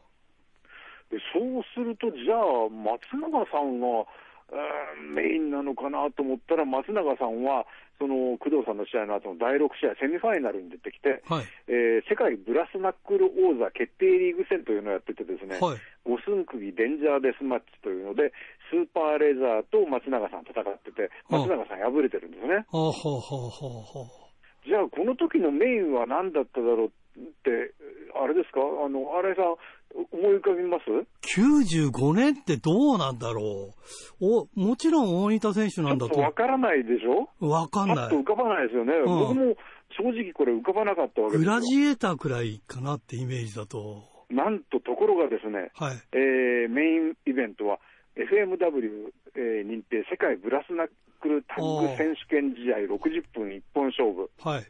[SPEAKER 3] でそうすると、じゃあ、松永さんが、うーんメインなのかなと思ったら、松永さんは、その工藤さんの試合の後の第6試合、セミファイナルに出てきて、
[SPEAKER 1] はい
[SPEAKER 3] えー世界ブラスナックル王座決定リーグ戦というのをやっててですね、
[SPEAKER 1] はい
[SPEAKER 3] 五寸釘デンジャーデスマッチというので、スーパーレザーと松永さん戦ってて、
[SPEAKER 1] うん
[SPEAKER 3] 松永さん敗れてるんですね。
[SPEAKER 1] ああ、はあ、はあ、はあ、はあ。
[SPEAKER 3] じゃあ、この時のメインは何だっただろうって、あれですかあの、新井さん、思い浮かびます
[SPEAKER 1] 95年ってどうなんだろう。お、もちろん大仁田選手なん
[SPEAKER 3] ちょ
[SPEAKER 1] だ
[SPEAKER 3] っとわ
[SPEAKER 1] と。
[SPEAKER 3] からないでしょ
[SPEAKER 1] わかん
[SPEAKER 3] パッ
[SPEAKER 1] な
[SPEAKER 3] と
[SPEAKER 1] い
[SPEAKER 3] 浮。かばないですよね、
[SPEAKER 1] ん
[SPEAKER 3] 僕も正直これ浮かばなかったわけで
[SPEAKER 1] グ
[SPEAKER 3] すよ
[SPEAKER 1] ラジエーターくらいかなってイメージだと。
[SPEAKER 3] なんとところがですね、
[SPEAKER 1] はい。
[SPEAKER 3] えーメインイベントは FMW、えー認定世界ブラスナックルタッグ選手権試合60分一本勝負、
[SPEAKER 1] はい。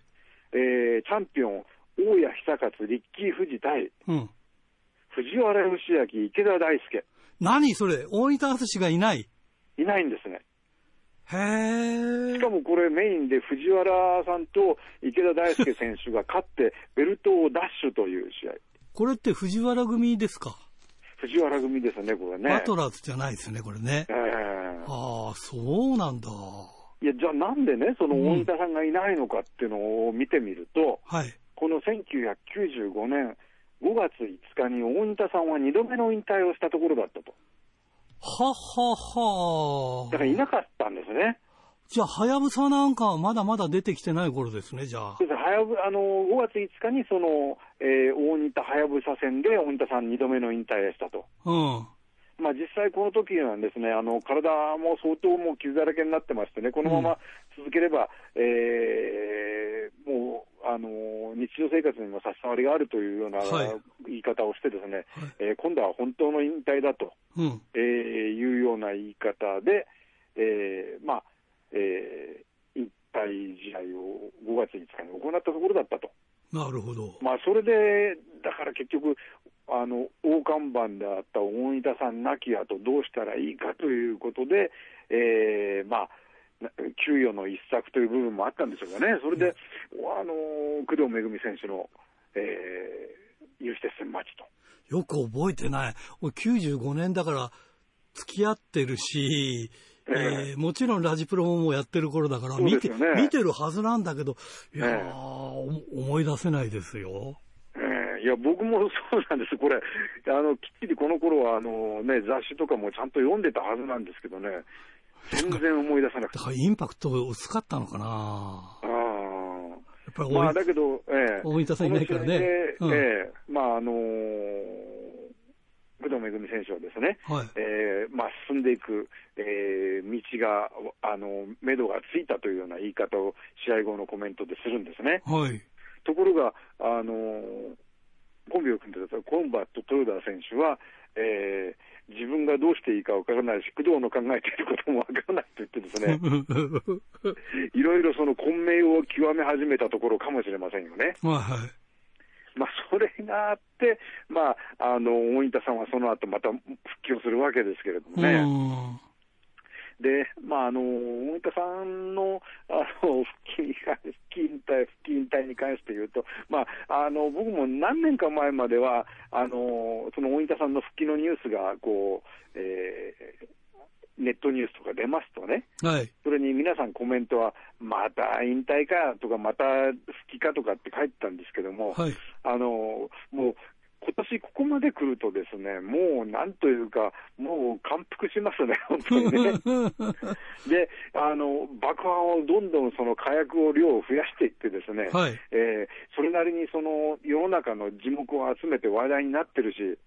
[SPEAKER 3] えーチャンピオン大谷久勝リッキー富士対
[SPEAKER 1] うん。
[SPEAKER 3] 藤原義明池田大輔
[SPEAKER 1] 何それ大仁田敦がいない。
[SPEAKER 3] いないんですね
[SPEAKER 1] へえ。
[SPEAKER 3] しかもこれメインで藤原さんと池田大輔選手が勝ってベルトをダッシュという試合
[SPEAKER 1] これって藤原組ですか。
[SPEAKER 3] 藤原組ですね、これね。
[SPEAKER 1] バトラーズじゃないですよね、これね。
[SPEAKER 3] ええ
[SPEAKER 1] ああ、そうなんだ。
[SPEAKER 3] いや、じゃあなんでね、その
[SPEAKER 1] うん
[SPEAKER 3] 大田さんがいないのかっていうのを見てみると、
[SPEAKER 1] はい。
[SPEAKER 3] この1995年5月5日に大田さんは2度目の引退をしたところだったと。
[SPEAKER 1] はっはっ
[SPEAKER 3] だから
[SPEAKER 1] はい
[SPEAKER 3] なかったんですね。
[SPEAKER 1] じゃあ、はやぶさなんかはまだまだ出てきてない頃ですね、じゃあ
[SPEAKER 3] そ。うですはやぶあの5月5日にその、えー大田はやぶさ戦で大田さん2度目の引退をしたと。
[SPEAKER 1] うん。
[SPEAKER 3] まあ、実際この時はですね、あの体も相当もう傷だらけになってましてね、このまま続ければ、えーもう、あの日常生活にも差し障りがあるというような
[SPEAKER 1] はい
[SPEAKER 3] 言い方をしてですね、えー今度は本当の引退だと、
[SPEAKER 1] うん。
[SPEAKER 3] えーいうような言い方で、えーまあ、えー引退試合を5月5日に行ったところだったと。
[SPEAKER 1] なるほど。
[SPEAKER 3] まあ、それで、だから結局、あの大看板であった大分さん亡き後、どうしたらいいかということで、えーまあ、な給与の一策という部分もあったんでしょうかね、それで、あの工藤恵選手の、えー、有刺鉄線マッチと。
[SPEAKER 1] よく覚えてない。俺95年だから付き合ってるし、えーもちろんラジプロもやってる頃だから
[SPEAKER 3] そう
[SPEAKER 1] 見
[SPEAKER 3] で
[SPEAKER 1] て、
[SPEAKER 3] すよね
[SPEAKER 1] 見てるはずなんだけど、いやー、
[SPEAKER 3] ええ
[SPEAKER 1] お思い出せないですよ。
[SPEAKER 3] えーいや僕もそうなんです、これ、あのきっちりこの頃はあのね雑誌とかもちゃんと読んでたはずなんですけどね、全然思い出せなくて
[SPEAKER 1] (laughs) だ。からインパクト薄かったのかな
[SPEAKER 3] あー
[SPEAKER 1] やっぱり
[SPEAKER 3] ま
[SPEAKER 1] 俺
[SPEAKER 3] あ、だけど、ええ、
[SPEAKER 1] 大分さんいないからね
[SPEAKER 3] こ
[SPEAKER 1] うん
[SPEAKER 3] の試合でええまああのー工藤恵選手はですね、
[SPEAKER 1] はい
[SPEAKER 3] ええまあ、進んでいく、ええ道が、あの目処がついたというような言い方を試合後のコメントでするんですね。
[SPEAKER 1] はい。、
[SPEAKER 3] ところが、あのーコンビを組んでたコンバット・トヨダ選手は、ええ自分がどうしていいかわからないし、工藤の考えていることもわからないと言ってですね
[SPEAKER 1] (laughs)
[SPEAKER 3] いろいろその混迷を極め始めたところかもしれませんよね。
[SPEAKER 1] はいはい。
[SPEAKER 3] まあ、それがあって、まあ、あの大分さんはその後また復帰をするわけですけれどもね、
[SPEAKER 1] うん。
[SPEAKER 3] でまあ、あの大分さんのあの復帰に関復帰引退、復帰引退に関して言うと、まあ、あの僕も何年か前までは、あのその大分さんの復帰のニュースがこう、えーネットニュースとか出ますと (laughs) ね、
[SPEAKER 1] はい。
[SPEAKER 3] それに皆さんコメントは、また引退かとか、また復帰かとかって書いてたんですけども、
[SPEAKER 1] はい。
[SPEAKER 3] あのもう今年ここまで来るとですね、もうなんというか、もう感服しますね、本当に
[SPEAKER 1] (laughs)
[SPEAKER 3] ね。で、あの、爆破をどんどんその火薬を量を増やしていってですね、
[SPEAKER 1] (laughs) はい
[SPEAKER 3] えーそれなりにその世の中の字幕を集めて話題になってるし、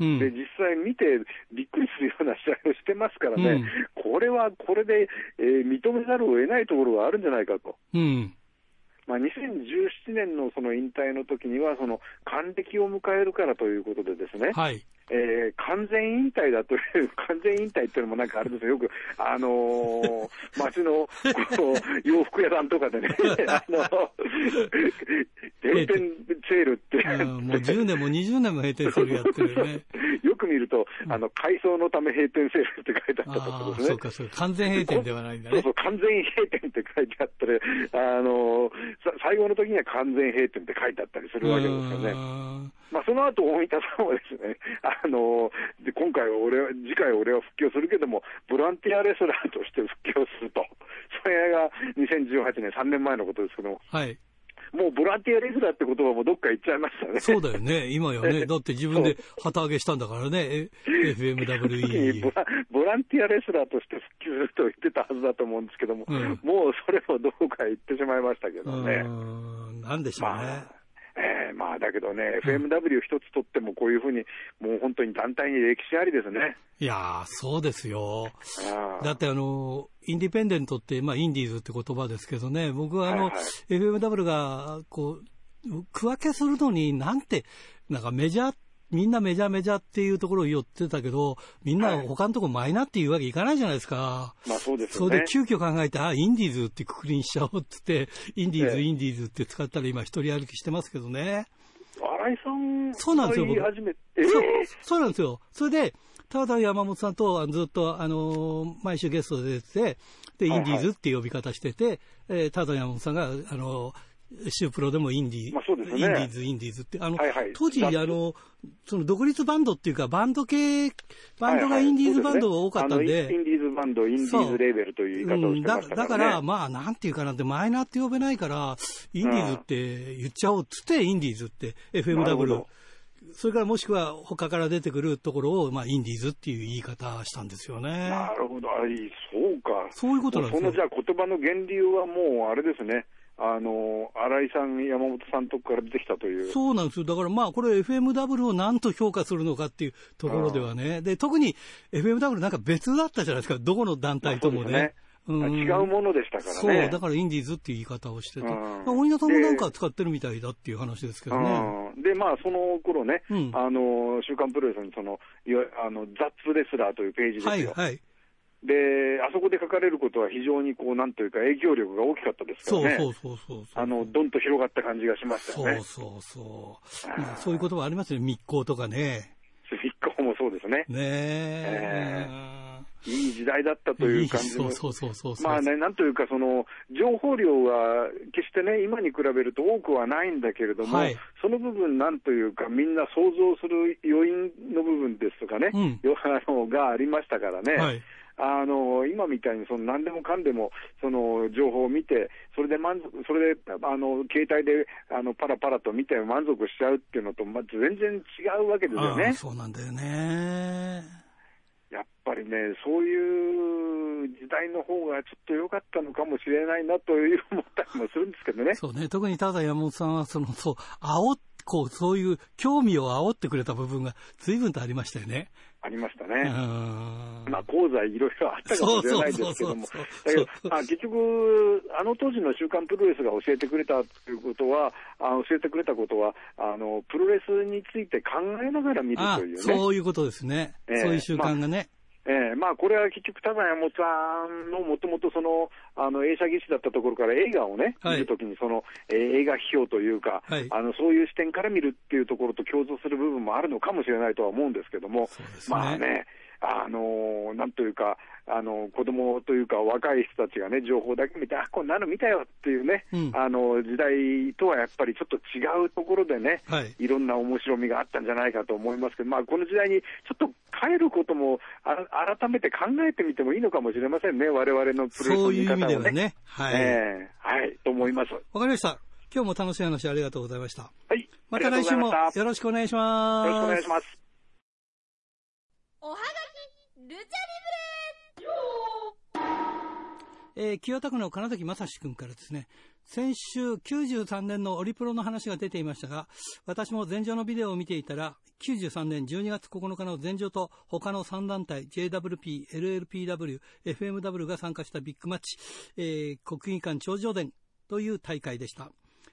[SPEAKER 1] うん
[SPEAKER 3] で、実際見てびっくりするような試合をしてますから
[SPEAKER 1] う
[SPEAKER 3] ね
[SPEAKER 1] ん、
[SPEAKER 3] これはこれで、えー認めざるを得ないところがあるんじゃないかと。
[SPEAKER 1] うん。
[SPEAKER 3] まあ、2017年のその引退の時には、その還暦を迎えるからということでですね、
[SPEAKER 1] はい。
[SPEAKER 3] えー完全引退だという、 (laughs) 完全引退っていうのもなんかあれですよ、よく、あの
[SPEAKER 1] (laughs)
[SPEAKER 3] ー街のこう洋服屋さんとかでね、あの、閉店セールって、
[SPEAKER 1] うんもう10年も20年も閉店セールやってるよね。
[SPEAKER 3] (laughs) よく見ると、あの、改装のため閉店セールって書いてあったとこ
[SPEAKER 1] あ
[SPEAKER 3] ろ
[SPEAKER 1] あ、
[SPEAKER 3] です
[SPEAKER 1] そう
[SPEAKER 3] ね。
[SPEAKER 1] か、そうか。完全閉店ではないんだ
[SPEAKER 3] そう
[SPEAKER 1] ね
[SPEAKER 3] そ。う、完全閉店って書いてあったり、あのさ最後の時には完全閉店って書いてあったりするわけですよね。
[SPEAKER 1] ね。
[SPEAKER 3] まあ、その後大分さんはですね、あので今回は俺は、次回俺は復帰をするけども、ボランティアレスラーとして復帰をすると、それが2018年、3年前のことですけども、
[SPEAKER 1] はい。
[SPEAKER 3] もうボランティアレスラーって言葉もどっか行っちゃいましたね。
[SPEAKER 1] そうだよね。今や
[SPEAKER 3] (laughs)
[SPEAKER 1] ね。だって自分で旗揚げしたんだからね。え
[SPEAKER 3] 時 (laughs) に
[SPEAKER 1] FMWE
[SPEAKER 3] ボ。ラボランティアレスラーとして復帰すると言ってたはずだと思うんですけども、
[SPEAKER 1] うん
[SPEAKER 3] もうそれもどこかへ行ってしまいましたけ
[SPEAKER 1] う
[SPEAKER 3] どね。
[SPEAKER 1] ーん。なんでしょう
[SPEAKER 3] ま
[SPEAKER 1] ね
[SPEAKER 3] あ。、ええまあだけどね、FMW 一つとってもこういうふうに、もう本当に団体に歴史ありですね。
[SPEAKER 1] いやー、そうですよ。
[SPEAKER 3] ああ
[SPEAKER 1] だってあの、インディペンデントって、まあ、インディーズって言葉ですけどね、僕はあの、
[SPEAKER 3] はいはい
[SPEAKER 1] FMW が、こう、区分けするのになんて、なんかメジャー、みんなメジャーメジャーっていうところを言ってたけど、みんな他のところマイナーっていうわけいかないじゃないですか。
[SPEAKER 3] まあそうです
[SPEAKER 1] そ
[SPEAKER 3] よ
[SPEAKER 1] れ
[SPEAKER 3] ね。
[SPEAKER 1] で急遽考えて、あ、インディーズってくくりにしちゃおうって言って、インディーズ、
[SPEAKER 3] ええ
[SPEAKER 1] インディーズって使ったら今一人歩きしてますけどね。
[SPEAKER 3] 新井さん
[SPEAKER 1] そうなんですよ
[SPEAKER 3] 言い始めて、 (laughs) え
[SPEAKER 1] そう
[SPEAKER 3] え
[SPEAKER 1] そうなんですよ。それで、ただ山本さんとあのずっと、あのー毎週ゲストで出てて、で、イ
[SPEAKER 3] はいは
[SPEAKER 1] ンデ
[SPEAKER 3] い
[SPEAKER 1] ィーズっていう呼び方してて、えーただ山本さんが、あのーシュープロでもインディー、
[SPEAKER 3] まあそうですね
[SPEAKER 1] インディーズ、インディーズって、あの、
[SPEAKER 3] はいはい
[SPEAKER 1] 当時、
[SPEAKER 3] ラ
[SPEAKER 1] あ
[SPEAKER 3] ップ
[SPEAKER 1] の、その独立バンドっていうか、バンド系、バンドがインディーズバンドが多かったん
[SPEAKER 3] はいはい
[SPEAKER 1] で、
[SPEAKER 3] そうすねあのインインディーズバンド、インディーズレーベルという言い方をしてました
[SPEAKER 1] だだ
[SPEAKER 3] か
[SPEAKER 1] から
[SPEAKER 3] ね。
[SPEAKER 1] ら、まあ、なんていうかなって、マイナーって呼べないから、インディーズって言っちゃおうっつって、インディーズって、
[SPEAKER 3] なるほ
[SPEAKER 1] FMW
[SPEAKER 3] ど。
[SPEAKER 1] それからもしくは他から出てくるところを、まあ、インディーズっていう言い方したんですよね。
[SPEAKER 3] (laughs) なるほど、あいいそうか。
[SPEAKER 1] そういうことなんですね
[SPEAKER 3] もそのじゃあ言葉の源流はもうあれですね。あの、新井さん、山本さんとこから出てきたという。
[SPEAKER 1] そうなんですよ。だからまあ、これ FMW を何と評価するのかっていうところではね。で、特に FMW なんか別だったじゃないですか。どこの団体とも
[SPEAKER 3] まあ
[SPEAKER 1] ね。
[SPEAKER 3] そうですね
[SPEAKER 1] ん
[SPEAKER 3] 違うものでしたからね。
[SPEAKER 1] そう、だからインディーズっていう言い方をしてた。
[SPEAKER 3] うん
[SPEAKER 1] まあ鬼田さんもなんか使ってるみたいだっていう話ですけどね。
[SPEAKER 3] うんで、まあ、その頃ね、
[SPEAKER 1] うん
[SPEAKER 3] あの、週刊プロレスの、その、いわあの、ザッツレスラーというページですよ。
[SPEAKER 1] はいはい。
[SPEAKER 3] で、あそこで書かれることは非常に、こう、なんというか、影響力が大きかったですか
[SPEAKER 1] そう
[SPEAKER 3] らね。
[SPEAKER 1] そうそうそう。
[SPEAKER 3] あの、どんと広がった感じがしましたよ
[SPEAKER 1] そうそ
[SPEAKER 3] ね。
[SPEAKER 1] うそう。そういうこともありますね。密航とかね。
[SPEAKER 3] スピッコもそうですね。
[SPEAKER 1] ねえ。
[SPEAKER 3] いい時代だったという感じ
[SPEAKER 1] そ
[SPEAKER 3] の
[SPEAKER 1] う。そうそうそうそう。
[SPEAKER 3] まあね、なんというか、その情報量は決してね、今に比べると多くはないんだけれども、
[SPEAKER 1] はい
[SPEAKER 3] その部分、なんというか、みんな想像する余韻の部分ですとかね、
[SPEAKER 1] うん
[SPEAKER 3] よあのがありましたからね、
[SPEAKER 1] はい
[SPEAKER 3] あの今みたいにその何でもかんでもその情報を見て、それで満足、それであの携帯であのパラパラと見て満足しちゃうっていうのと、まあ、全然違うわけですよ
[SPEAKER 1] ああ
[SPEAKER 3] ね。
[SPEAKER 1] そうなんだよね。
[SPEAKER 3] やっぱりね、そういう時代の方がちょっと良かったのかもしれないなという思ったりもするんですけどね。
[SPEAKER 1] そうね、特にただ山本さんは、その、そう、煽っこう、そういう興味を煽ってくれた部分が随分とありましたよね。
[SPEAKER 3] ありました
[SPEAKER 1] うー
[SPEAKER 3] ね。
[SPEAKER 1] ん。
[SPEAKER 3] まあ、功罪いろいろあったかもしれないですけども。
[SPEAKER 1] そう
[SPEAKER 3] (laughs) だけ
[SPEAKER 1] そうそうそう
[SPEAKER 3] ど、まあ、結局、あの当時の週刊プロレスが教えてくれたということは、あ教えてくれたことは、あの、プロレスについて考えながら見る
[SPEAKER 1] あ
[SPEAKER 3] というね。
[SPEAKER 1] そういうことですね。
[SPEAKER 3] ええ
[SPEAKER 1] そういう習慣がね。
[SPEAKER 3] ええまあ、これは結局、田山本さんのもともとその、あの、映写技師だったところから映画をね、
[SPEAKER 1] はい
[SPEAKER 3] 見るときに、その、えー映画批評というか、
[SPEAKER 1] はい
[SPEAKER 3] あの、そういう視点から見るっていうところと共通する部分もあるのかもしれないとは思うんですけども、
[SPEAKER 1] そうですね
[SPEAKER 3] まあね、あのーなんというか、あのー子供というか若い人たちがね、情報だけ見て、あ、こんなの見たよっていうね、
[SPEAKER 1] うん
[SPEAKER 3] あのー時代とはやっぱりちょっと違うところでね、
[SPEAKER 1] はい
[SPEAKER 3] いろんな面白みがあったんじゃないかと思いますけど、まあ、この時代にちょっと変えることもあら改めて考えてみてもいいのかもしれませんね、我々のプロ
[SPEAKER 1] そう
[SPEAKER 3] レ
[SPEAKER 1] い
[SPEAKER 3] ス
[SPEAKER 1] う意
[SPEAKER 3] の見
[SPEAKER 1] 味で
[SPEAKER 3] 方を
[SPEAKER 1] は
[SPEAKER 3] ね。
[SPEAKER 1] ね。はい。わ、
[SPEAKER 3] ええはい、と思います。は
[SPEAKER 1] かりました。今日も楽しい話ありがとうございました。
[SPEAKER 3] い、
[SPEAKER 1] また
[SPEAKER 3] あり
[SPEAKER 1] 来
[SPEAKER 3] がと
[SPEAKER 1] 週
[SPEAKER 3] うご
[SPEAKER 1] も
[SPEAKER 3] ざいました
[SPEAKER 1] よろしくお願いしま
[SPEAKER 3] よ
[SPEAKER 1] す。
[SPEAKER 3] ろしくお願いします。
[SPEAKER 5] おはがきルチャリブレ
[SPEAKER 1] えー清田区の金崎正史君からですね、先週93年のオリプロの話が出ていましたが、私も前場のビデオを見ていたら、93年12月9日の前場と他の3団体、JWP、LLPW、FMW が参加したビッグマッチ、えー国技館頂上殿という大会でした。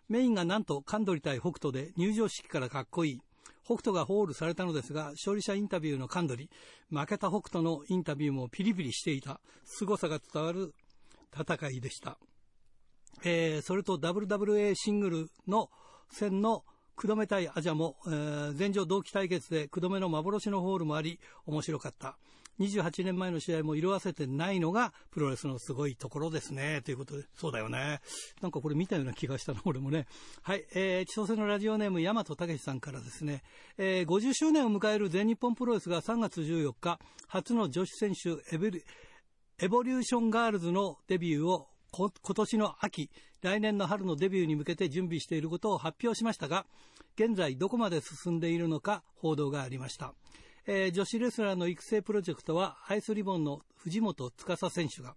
[SPEAKER 1] メインがなんとカンドリ対北斗で入場式からかっこいい。北斗がホールされたのですが、勝利者インタビューのカンドリ、負けた北斗のインタビューもピリピリしていた、凄さが伝わる戦いでした。えーそれと WWA シングルの戦の久留米対アジャも、えー前場同期対決で久留米の幻のホールもあり、面白かった。28年前の試合も色あせてないのがプロレスのすごいところですね。ということで、そうだよね。なんかこれ見たような気がしたな、俺もね。はい、えー、千歳のラジオネーム、大和武さんからですね、えー50周年を迎える全日本プロレスが3月14日、初の女子選手、エベリ、エボリューションガールズのデビューをこ今年の秋、来年の春のデビューに向けて準備していることを発表しましたが、現在どこまで進んでいるのか報道がありました。えー女子レスラーの育成プロジェクトは、アイスリボンの藤本司選手が、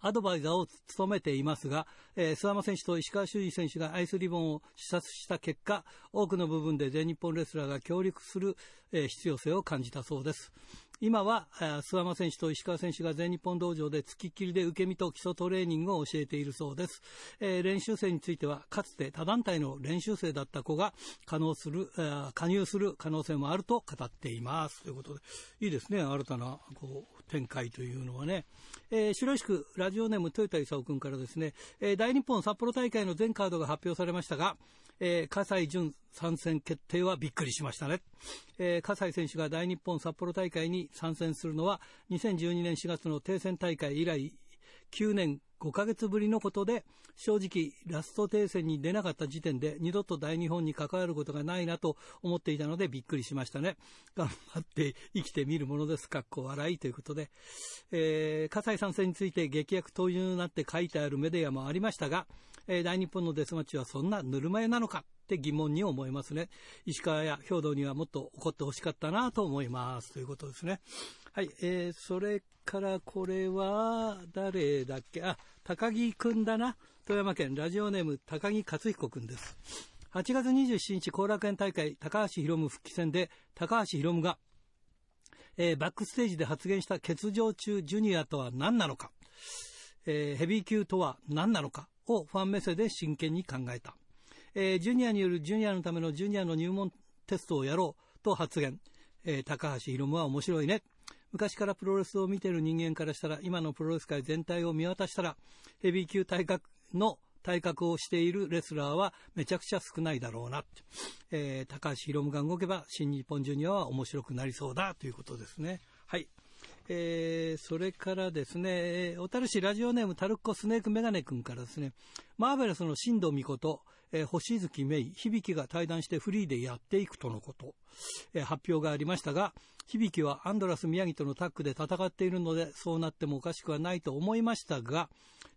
[SPEAKER 1] アドバイザーを務めていますが、えー、諏訪間選手と石川修司選手がアイスリボンを視察した結果、多くの部分で全日本レスラーが協力する、えー必要性を感じたそうです。今は、あー諏訪間選手と石川選手が全日本道場で付きっきりで受け身と基礎トレーニングを教えているそうです。えー練習生については、かつて他団体の練習生だった子が可能する、あー加入する可能性もあると語っています。ということで、いいですね、新たな、こう、展開というのはね。えー白石区ラジオネーム豊田勲君からですね、えー大日本札幌大会の全カードが発表されましたが、えー、葛西潤参戦決定はびっくりしましたね。えー、葛西選手が大日本札幌大会に参戦するのは、2012年4月の定戦大会以来、9年5ヶ月ぶりのことで、正直、ラスト停戦に出なかった時点で、二度と大日本に関わることがないなと思っていたので、びっくりしましたね。頑張って生きてみるものです。かっこ笑いということで。えー、葛西参戦について、劇薬投入なんて書いてあるメディアもありましたが、えー大日本のデスマッチはそんなぬるま湯なのかって疑問に思いますね。石川や兵道にはもっと怒ってほしかったなと思います。ということですね。はい、えー、それからこれは、誰だっけあ、高木くんだな。富山県ラジオネーム高木克彦くんです。8月27日後楽園大会高橋宏夢復帰戦で、高橋宏夢が、えーバックステージで発言した欠場中ジュニアとは何なのか、えーヘビー級とは何なのかをファン目線で真剣に考えた。えージュニアによるジュニアのためのジュニアの入門テストをやろうと発言。えー高橋宏夢は面白いね。昔からプロレスを見ている人間からしたら、今のプロレス界全体を見渡したら、ヘビー級体格の体格をしているレスラーはめちゃくちゃ少ないだろうな。えー高橋宏夢が動けば、新日本ジュニアは面白くなりそうだということですね。はい。えーそれからですね、えー小樽市ラジオネームタルッコスネークメガネ君からですね、マーベラスの新藤美琴、えー星月芽衣、響が対談してフリーでやっていくとのこと、えー発表がありましたが、響はアンドラス宮城とのタッグで戦っているので、そうなってもおかしくはないと思いましたが、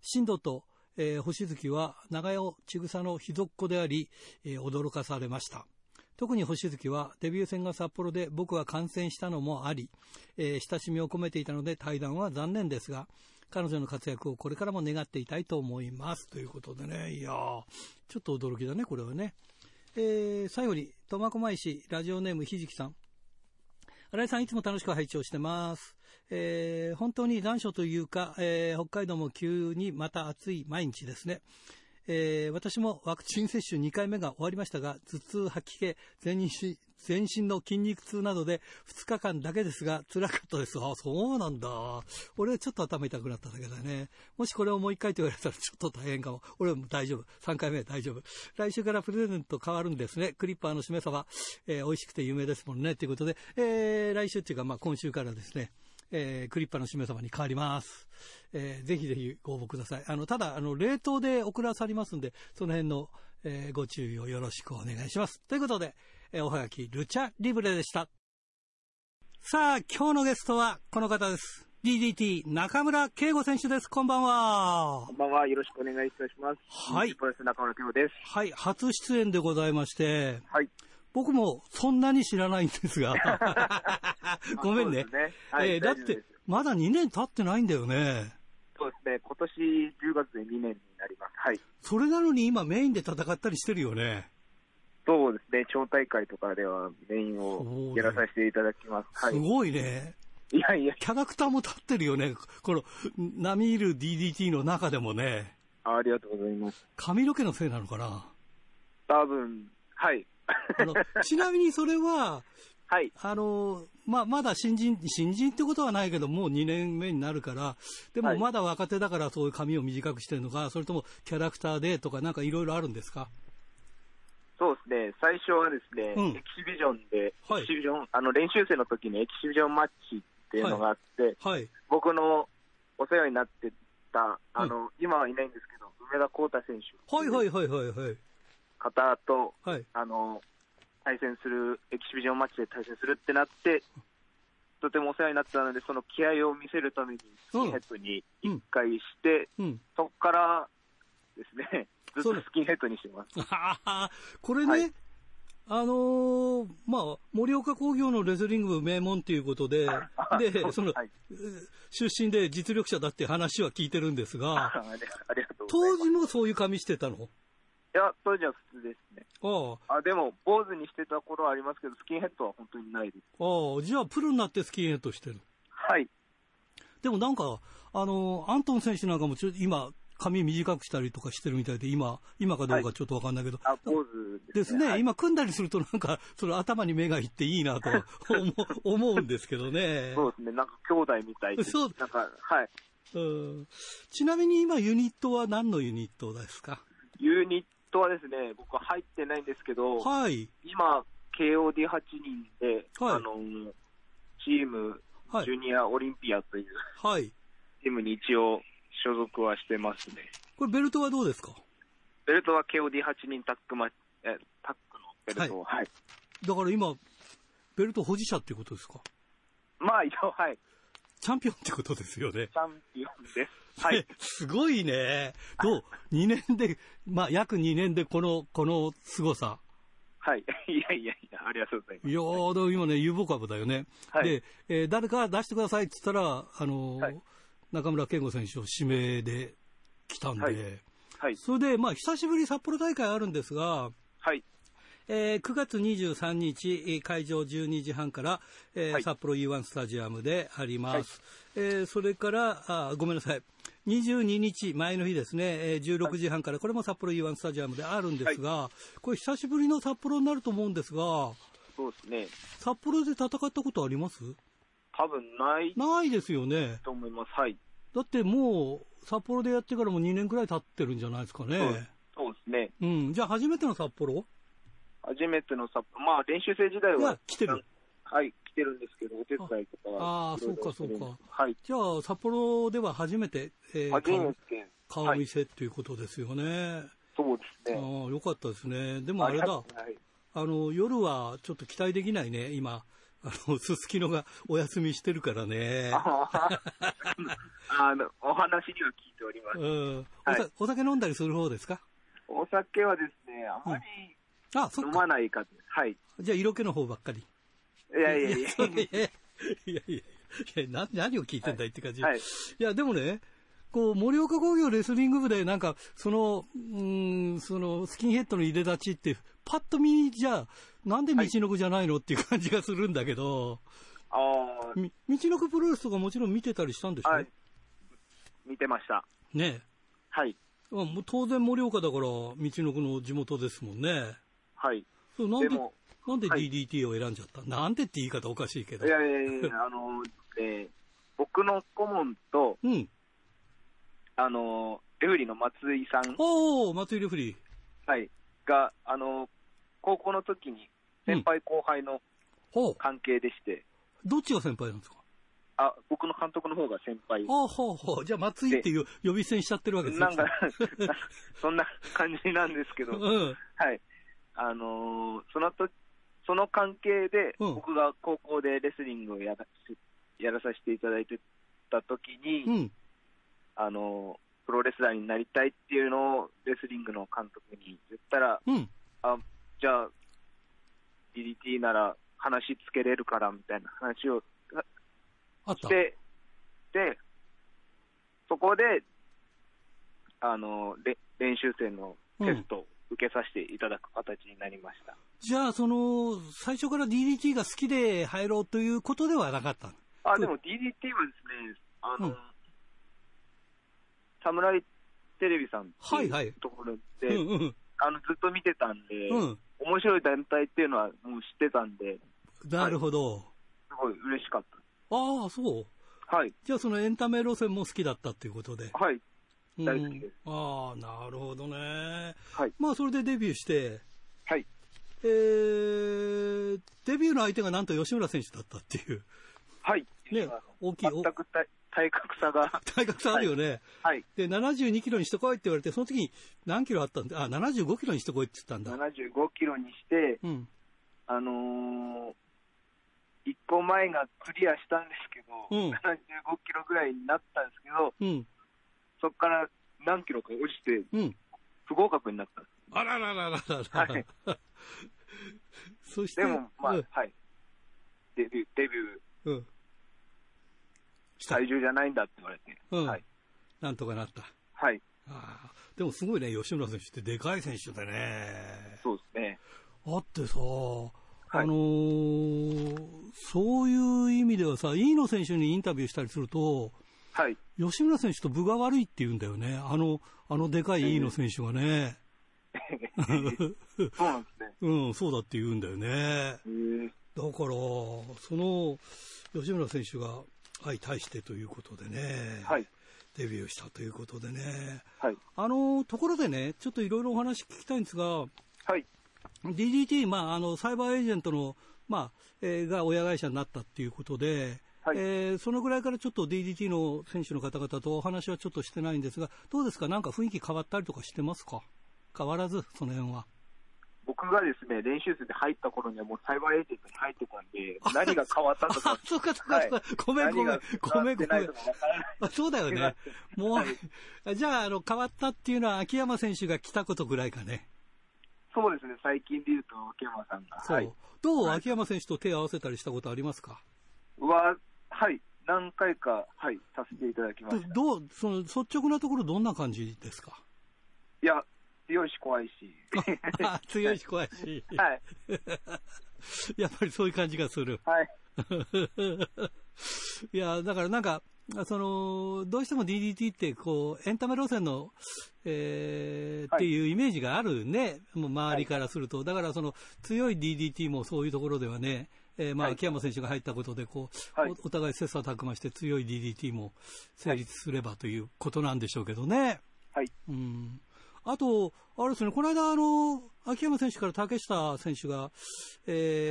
[SPEAKER 1] 新藤と、えー星月は長屋千草の秘蔵っ子であり、えー驚かされました。特に星月はデビュー戦が札幌で僕は感染したのもあり、えー親しみを込めていたので対談は残念ですが、彼女の活躍をこれからも願っていたいと思います。ということでね、いやー、ちょっと驚きだね、これはね。えー最後に、苫小牧市ラジオネームひじきさん。新井さん、いつも楽しく拝聴してます。えー本当に残暑というか、えー北海道も急にまた暑い毎日ですね。えー私もワクチン接種2回目が終わりましたが、頭痛、吐き気、全身全身の筋肉痛などで2日間だけですが、辛かったです。あ、そうなんだ。俺はちょっと頭痛くなっただけだね。もしこれをもう1回と言われたらちょっと大変かも。俺はもう大丈夫。3回目大丈夫。来週からプレゼント変わるんですね。クリッパーの締め鯖、えー美味しくて有名ですもんね。ということで、えー来週っていうか、まあ今週からですね、えークリッパの締め様に変わります。えーぜひぜひご応募ください。あの、ただ、あの、冷凍で送らさりますんで、その辺の、えーご注意をよろしくお願いします。ということで、えーおはがき、ルチャリブレでした。さあ、今日のゲストはこの方です。DDT 中村圭吾選手です。こんばんは
[SPEAKER 5] こ。んばんは。よろしくお願いいたします。
[SPEAKER 1] はい
[SPEAKER 5] プロレス中村圭吾です。
[SPEAKER 1] はい、初出演でございまして、
[SPEAKER 5] はい。
[SPEAKER 1] 僕もそんなに知らないんです
[SPEAKER 5] (laughs)
[SPEAKER 1] が。ごめんね
[SPEAKER 5] そう。ですね。はい。
[SPEAKER 1] えーだっ
[SPEAKER 5] 大丈夫
[SPEAKER 1] て
[SPEAKER 5] です、
[SPEAKER 1] まだ2年経ってないんだよね。
[SPEAKER 5] そうですね。今年10月で2年になります。はい。
[SPEAKER 1] それなのに今メインで戦ったりしてるよね。
[SPEAKER 5] そうですね。超大会とかではメインをやらさせていただきます。は
[SPEAKER 1] す
[SPEAKER 5] い。
[SPEAKER 1] ごいね。
[SPEAKER 5] いやいや、
[SPEAKER 1] キャラクターも立ってるよね。この、並みいる DDT の中でもね。
[SPEAKER 5] ありがとうございます。
[SPEAKER 1] 髪の毛のせいなのかな。
[SPEAKER 5] 多分、はい。
[SPEAKER 1] あ
[SPEAKER 5] (laughs)
[SPEAKER 1] のちなみにそれは、
[SPEAKER 5] はい。
[SPEAKER 1] あの、まあ、まだ新人、新人ってことはないけど、もう2年目になるから、で
[SPEAKER 5] は
[SPEAKER 1] も
[SPEAKER 5] い
[SPEAKER 1] まだ若手だからそういう髪を短くしてるのか、それともキャラクターでとかなんかいろいろあるんですか
[SPEAKER 5] そうですね。最初はですね、
[SPEAKER 1] うん
[SPEAKER 5] エキシビジョンで、
[SPEAKER 1] はい
[SPEAKER 5] エキシビジョン、あの、練習生の時にエキシビジョンマッチっていうのがあって、
[SPEAKER 1] はい。
[SPEAKER 5] 僕のお世話になってた、あの、今はいないんですけど、梅田光太選手。
[SPEAKER 1] はいはいはいはいはい。
[SPEAKER 5] 方と、
[SPEAKER 1] はい。
[SPEAKER 5] あの、対戦する、エキシビジョンマッチで対戦するってなって、とてもお世話になってたので、その気合を見せるために、スキンヘッドに一回して、
[SPEAKER 1] うん。 (laughs)
[SPEAKER 5] そこからですね、ずっ
[SPEAKER 1] そ
[SPEAKER 5] と
[SPEAKER 1] うです
[SPEAKER 5] スキンヘッドにしてます。
[SPEAKER 1] ああ、これね、
[SPEAKER 5] はい
[SPEAKER 1] あのーまあ、盛岡工業のレスリング部名門ということ
[SPEAKER 5] (laughs)
[SPEAKER 1] で、で、その、
[SPEAKER 5] はい
[SPEAKER 1] 出身で実力者だって話は聞いてるんです
[SPEAKER 5] (laughs)
[SPEAKER 1] が、
[SPEAKER 5] ありありがとうござい
[SPEAKER 1] 当
[SPEAKER 5] ます。
[SPEAKER 1] 時もそういう髪してたの
[SPEAKER 5] いや、当時は普通ですね。
[SPEAKER 1] ああ、
[SPEAKER 5] あ、でも、坊主にしてた頃はありますけど、スキンヘッドは本当にないです。
[SPEAKER 1] ああ、じゃあプロになってスキンヘッドしてる。
[SPEAKER 5] はい。
[SPEAKER 1] でもなんか、あのーアントン選手なんかもちょ今、髪短くしたりとかしてるみたいで、今、今かどうかちょっとわかんないけど、
[SPEAKER 5] あ、坊主
[SPEAKER 1] で
[SPEAKER 5] ですす
[SPEAKER 1] ね、
[SPEAKER 5] ね。はい
[SPEAKER 1] 今組んだりするとなんか、 (laughs) その頭に目がいっていいなと思う思 (laughs) うんですけどね。
[SPEAKER 5] そうですね、なんか兄弟みたいで
[SPEAKER 1] そう
[SPEAKER 5] なんか、はい。
[SPEAKER 1] うんちなみに今ユニットは何のユニットですか
[SPEAKER 5] ユニットはですね、僕は入ってないんですけど、
[SPEAKER 1] はい。
[SPEAKER 5] 今、KOD8 人で、
[SPEAKER 1] はい
[SPEAKER 5] あの、チーム、
[SPEAKER 1] は
[SPEAKER 5] ジ
[SPEAKER 1] い。
[SPEAKER 5] ュニアオリンピアという
[SPEAKER 1] はい。
[SPEAKER 5] チームに一応所属はしてますね。
[SPEAKER 1] これ、ベルトはどうですか
[SPEAKER 5] ベルトは KOD8 人タックマえタックのベルトを、はい。
[SPEAKER 1] だから今、ベルト保持者っていうことですか
[SPEAKER 5] まあ、一応、はい。
[SPEAKER 1] チャンピオンってことですよね。
[SPEAKER 5] チャンピオンです。はい。
[SPEAKER 1] (laughs) すごいね。どう ?2 年で、まあ、約2年でこの、この凄さ。
[SPEAKER 5] はい。 (laughs) いやいやいや、ありがとうございます。い
[SPEAKER 1] やー、でも今ね、有望株だよね。はい、で、えー、誰か出してくださいって言ったら、あのーはい、中村健吾選手を指名で来たんで、はい、はい、それで、まあ、久しぶり札幌大会あるんですが、
[SPEAKER 5] はい。
[SPEAKER 1] えー、9月23日、会場12時半から、えー、はい、札幌 U1 スタジアムであります。はい、えー、それからあ、ごめんなさい。22日、前の日ですね、えー、16時半から、これも札幌 U1 スタジアムであるんですが、はい、これ久しぶりの札幌になると思うんですが、
[SPEAKER 5] そうですね。
[SPEAKER 1] 札幌で戦ったことあります
[SPEAKER 5] 多分ない。
[SPEAKER 1] ないですよね。
[SPEAKER 5] と思います。はい。
[SPEAKER 1] だってもう、札幌でやってからも2年くらい経ってるんじゃないですかね。
[SPEAKER 5] そうですね。
[SPEAKER 1] うん。じゃあ初めての札幌
[SPEAKER 5] 初めての札幌、まあ練習生時代は。
[SPEAKER 1] 来てる。
[SPEAKER 5] はい、来てるんですけど、お手伝いとか
[SPEAKER 1] ああ、そうかそうか。
[SPEAKER 5] はい。
[SPEAKER 1] じゃあ、札幌では初めて、
[SPEAKER 5] えー、初めて
[SPEAKER 1] 顔見せということですよね。はい、
[SPEAKER 5] そうですね。
[SPEAKER 1] ああ、よかったですね。でもあれだ、はい、あの、夜はちょっと期待できないね、今。 (laughs) あの、すすきのがお休みしてるからね。、
[SPEAKER 5] (laughs) あの、お話には聞いております。うん
[SPEAKER 1] はい、お酒飲んだりする方ですか
[SPEAKER 5] お酒はですね、あまり、うんあ、そ飲まないかはい。
[SPEAKER 1] じゃあ、色気の方ばっかり。
[SPEAKER 5] いやいやいや。
[SPEAKER 1] (laughs) いやいやいやな、何を聞いてんだいって感じ。はい。いや、でもね、こう、盛岡工業レスリング部で、なんか、その、うん、その、スキンヘッドの入れ立ちって、パッと見じゃ、なんで道のくじゃないの、っていう感じがするんだけど、
[SPEAKER 5] ああ。道
[SPEAKER 1] のくプロレスとかもちろん見てたりしたんでしょ、はい、
[SPEAKER 5] 見てました。
[SPEAKER 1] ね
[SPEAKER 5] はい。
[SPEAKER 1] もう当然盛岡だから、道のくの地元ですもんね。
[SPEAKER 5] はい。
[SPEAKER 1] そうなんでなんで DDT を選んじゃった、はい、なんでって言い方おかしいけど。
[SPEAKER 5] いやいやいや、あの、えー、僕の顧問と、
[SPEAKER 1] うん、
[SPEAKER 5] あの、レフリーの松井さん。
[SPEAKER 1] おお、松井レフリー。
[SPEAKER 5] はい。が、あの、高校の時に、先輩後輩の関係でして、
[SPEAKER 1] うん、どっちが先輩なんですか
[SPEAKER 5] あ、僕の監督の方が先輩。
[SPEAKER 1] ほうほうほう。じゃあ、松井っていう呼び捨てにしちゃってるわけです
[SPEAKER 5] ね。なんか、 (laughs) そんな感じなんですけど、
[SPEAKER 1] うん、
[SPEAKER 5] はい。あのー、そのとその関係で、うん、僕が高校でレスリングをやらやらさせていただいてた時に、
[SPEAKER 1] うん、
[SPEAKER 5] あのー、プロレスラーになりたいっていうのをレスリングの監督に言ったら、
[SPEAKER 1] うん、
[SPEAKER 5] あじゃあ、DDT なら話つけれるからみたいな話をして、で、そこで、あのー、練習生のテストを受けさせていただく形になりました
[SPEAKER 1] じゃあ、その最初から DDT が好きで入ろうということではなかった
[SPEAKER 5] あでも DDT はですね、あの、うん、侍テレビさんっていうところで、はいはいうんうん、あのずっと見てたんで、うん、面白い団体っていうのはもう知ってたんで、
[SPEAKER 1] なるほど、はい、
[SPEAKER 5] すごい嬉しかった。
[SPEAKER 1] ああ、そう。
[SPEAKER 5] はい。
[SPEAKER 1] じゃあ、そのエンタメ路線も好きだったっていうことで。
[SPEAKER 5] はい、大好きです。うん、
[SPEAKER 1] ああ、なるほどね。
[SPEAKER 5] はい。
[SPEAKER 1] まあ、それでデビューして、
[SPEAKER 5] はい。
[SPEAKER 1] えー、デビューの相手がなんと吉村選手だったっていう。
[SPEAKER 5] はい。
[SPEAKER 1] ね、大きい。
[SPEAKER 5] 全く体格差 (laughs) が。
[SPEAKER 1] 体格差あるよね。
[SPEAKER 5] はい。はい、
[SPEAKER 1] で、72キロにしてこいって言われて、その時に何キロあったんで、あ、75キロにしてこいって言ったんだ。
[SPEAKER 5] 75キロにして、
[SPEAKER 1] うん。
[SPEAKER 5] あのー、1個前がクリアしたんですけど、うん、75キロぐらいになったんですけど、
[SPEAKER 1] うん、
[SPEAKER 5] そこから何キロか落ちて、
[SPEAKER 1] うん、
[SPEAKER 5] 不合格になったんです。
[SPEAKER 1] あらららららら。はい、 (laughs) そして。
[SPEAKER 5] でも、まあ、うん、はい。デビュー、デビ
[SPEAKER 1] ュー。うん。
[SPEAKER 5] 体重じゃないんだって言われて。
[SPEAKER 1] うん。
[SPEAKER 5] はい。
[SPEAKER 1] なんとかなった。
[SPEAKER 5] はい。
[SPEAKER 1] ああ。でもすごいね、吉村選手ってでかい選手でね。
[SPEAKER 5] そうですね。
[SPEAKER 1] あってさ、あのーはい、そういう意味ではさ、飯野選手にインタビューしたりすると、
[SPEAKER 5] はい、 (laughs)
[SPEAKER 1] 吉村選手と分が悪いって言うんだよね、あの、あのでかい飯野選手がね。、
[SPEAKER 5] そうなんですね。うん
[SPEAKER 1] そうだって言うんだよね。だから、その、吉村選手が相対してということでね、
[SPEAKER 5] はい、
[SPEAKER 1] デビューしたということでね、
[SPEAKER 5] はい、、
[SPEAKER 1] あの、ところでね、ちょっといろいろお話聞きたいんですが、はい DDT、まあ、あの、サイバーエージェントの、まあ、えー、が親会社になったっていうことで、はい、えー、そのぐらいからちょっと DDT の選手の方々とお話はちょっとしてないんですが、どうですか、なんか雰囲気変わったりとかしてますか、変わらず、その辺は。
[SPEAKER 5] 僕がですね、練習室で入った頃にはもうサイバーエージェントに入ってたん
[SPEAKER 1] (laughs)
[SPEAKER 5] で、何が変わったとか。
[SPEAKER 1] そうか、そうか、はい、 (laughs) ごめん、ごめん、ごめん、ごめん。あそうだよね。もう、はい、じゃあ、あの、変わったっていうのは秋山選手が来たことぐらいかね。
[SPEAKER 5] そうですね、最近で言うと秋山さんが。
[SPEAKER 1] そう。はい、どう秋山選手と手を合わせたりしたことありますか
[SPEAKER 5] は、はい、何回か、はい、させていただきまし
[SPEAKER 1] どう、その、率直なところどんな感じですか (laughs)
[SPEAKER 5] いや、強いし怖いし。
[SPEAKER 1] 強いし怖いし。
[SPEAKER 5] はい。
[SPEAKER 1] やっぱりそういう感じがする。
[SPEAKER 5] はい。
[SPEAKER 1] (laughs) いや、だからなんか、その、どうしても DDT ってこう、エンタメ路線の、えー、はい、っていうイメージがあるね。もう周りからすると。はい、だからその、強い DDT もそういうところではね、えー、まあ、秋山選手が入ったことで、こう、はい、お、お互い切磋琢磨して強い DDT も成立すればということなんでしょうけどね。
[SPEAKER 5] はい。
[SPEAKER 1] うん。あと、あれですね、この間、あの、秋山選手から竹下選手が、え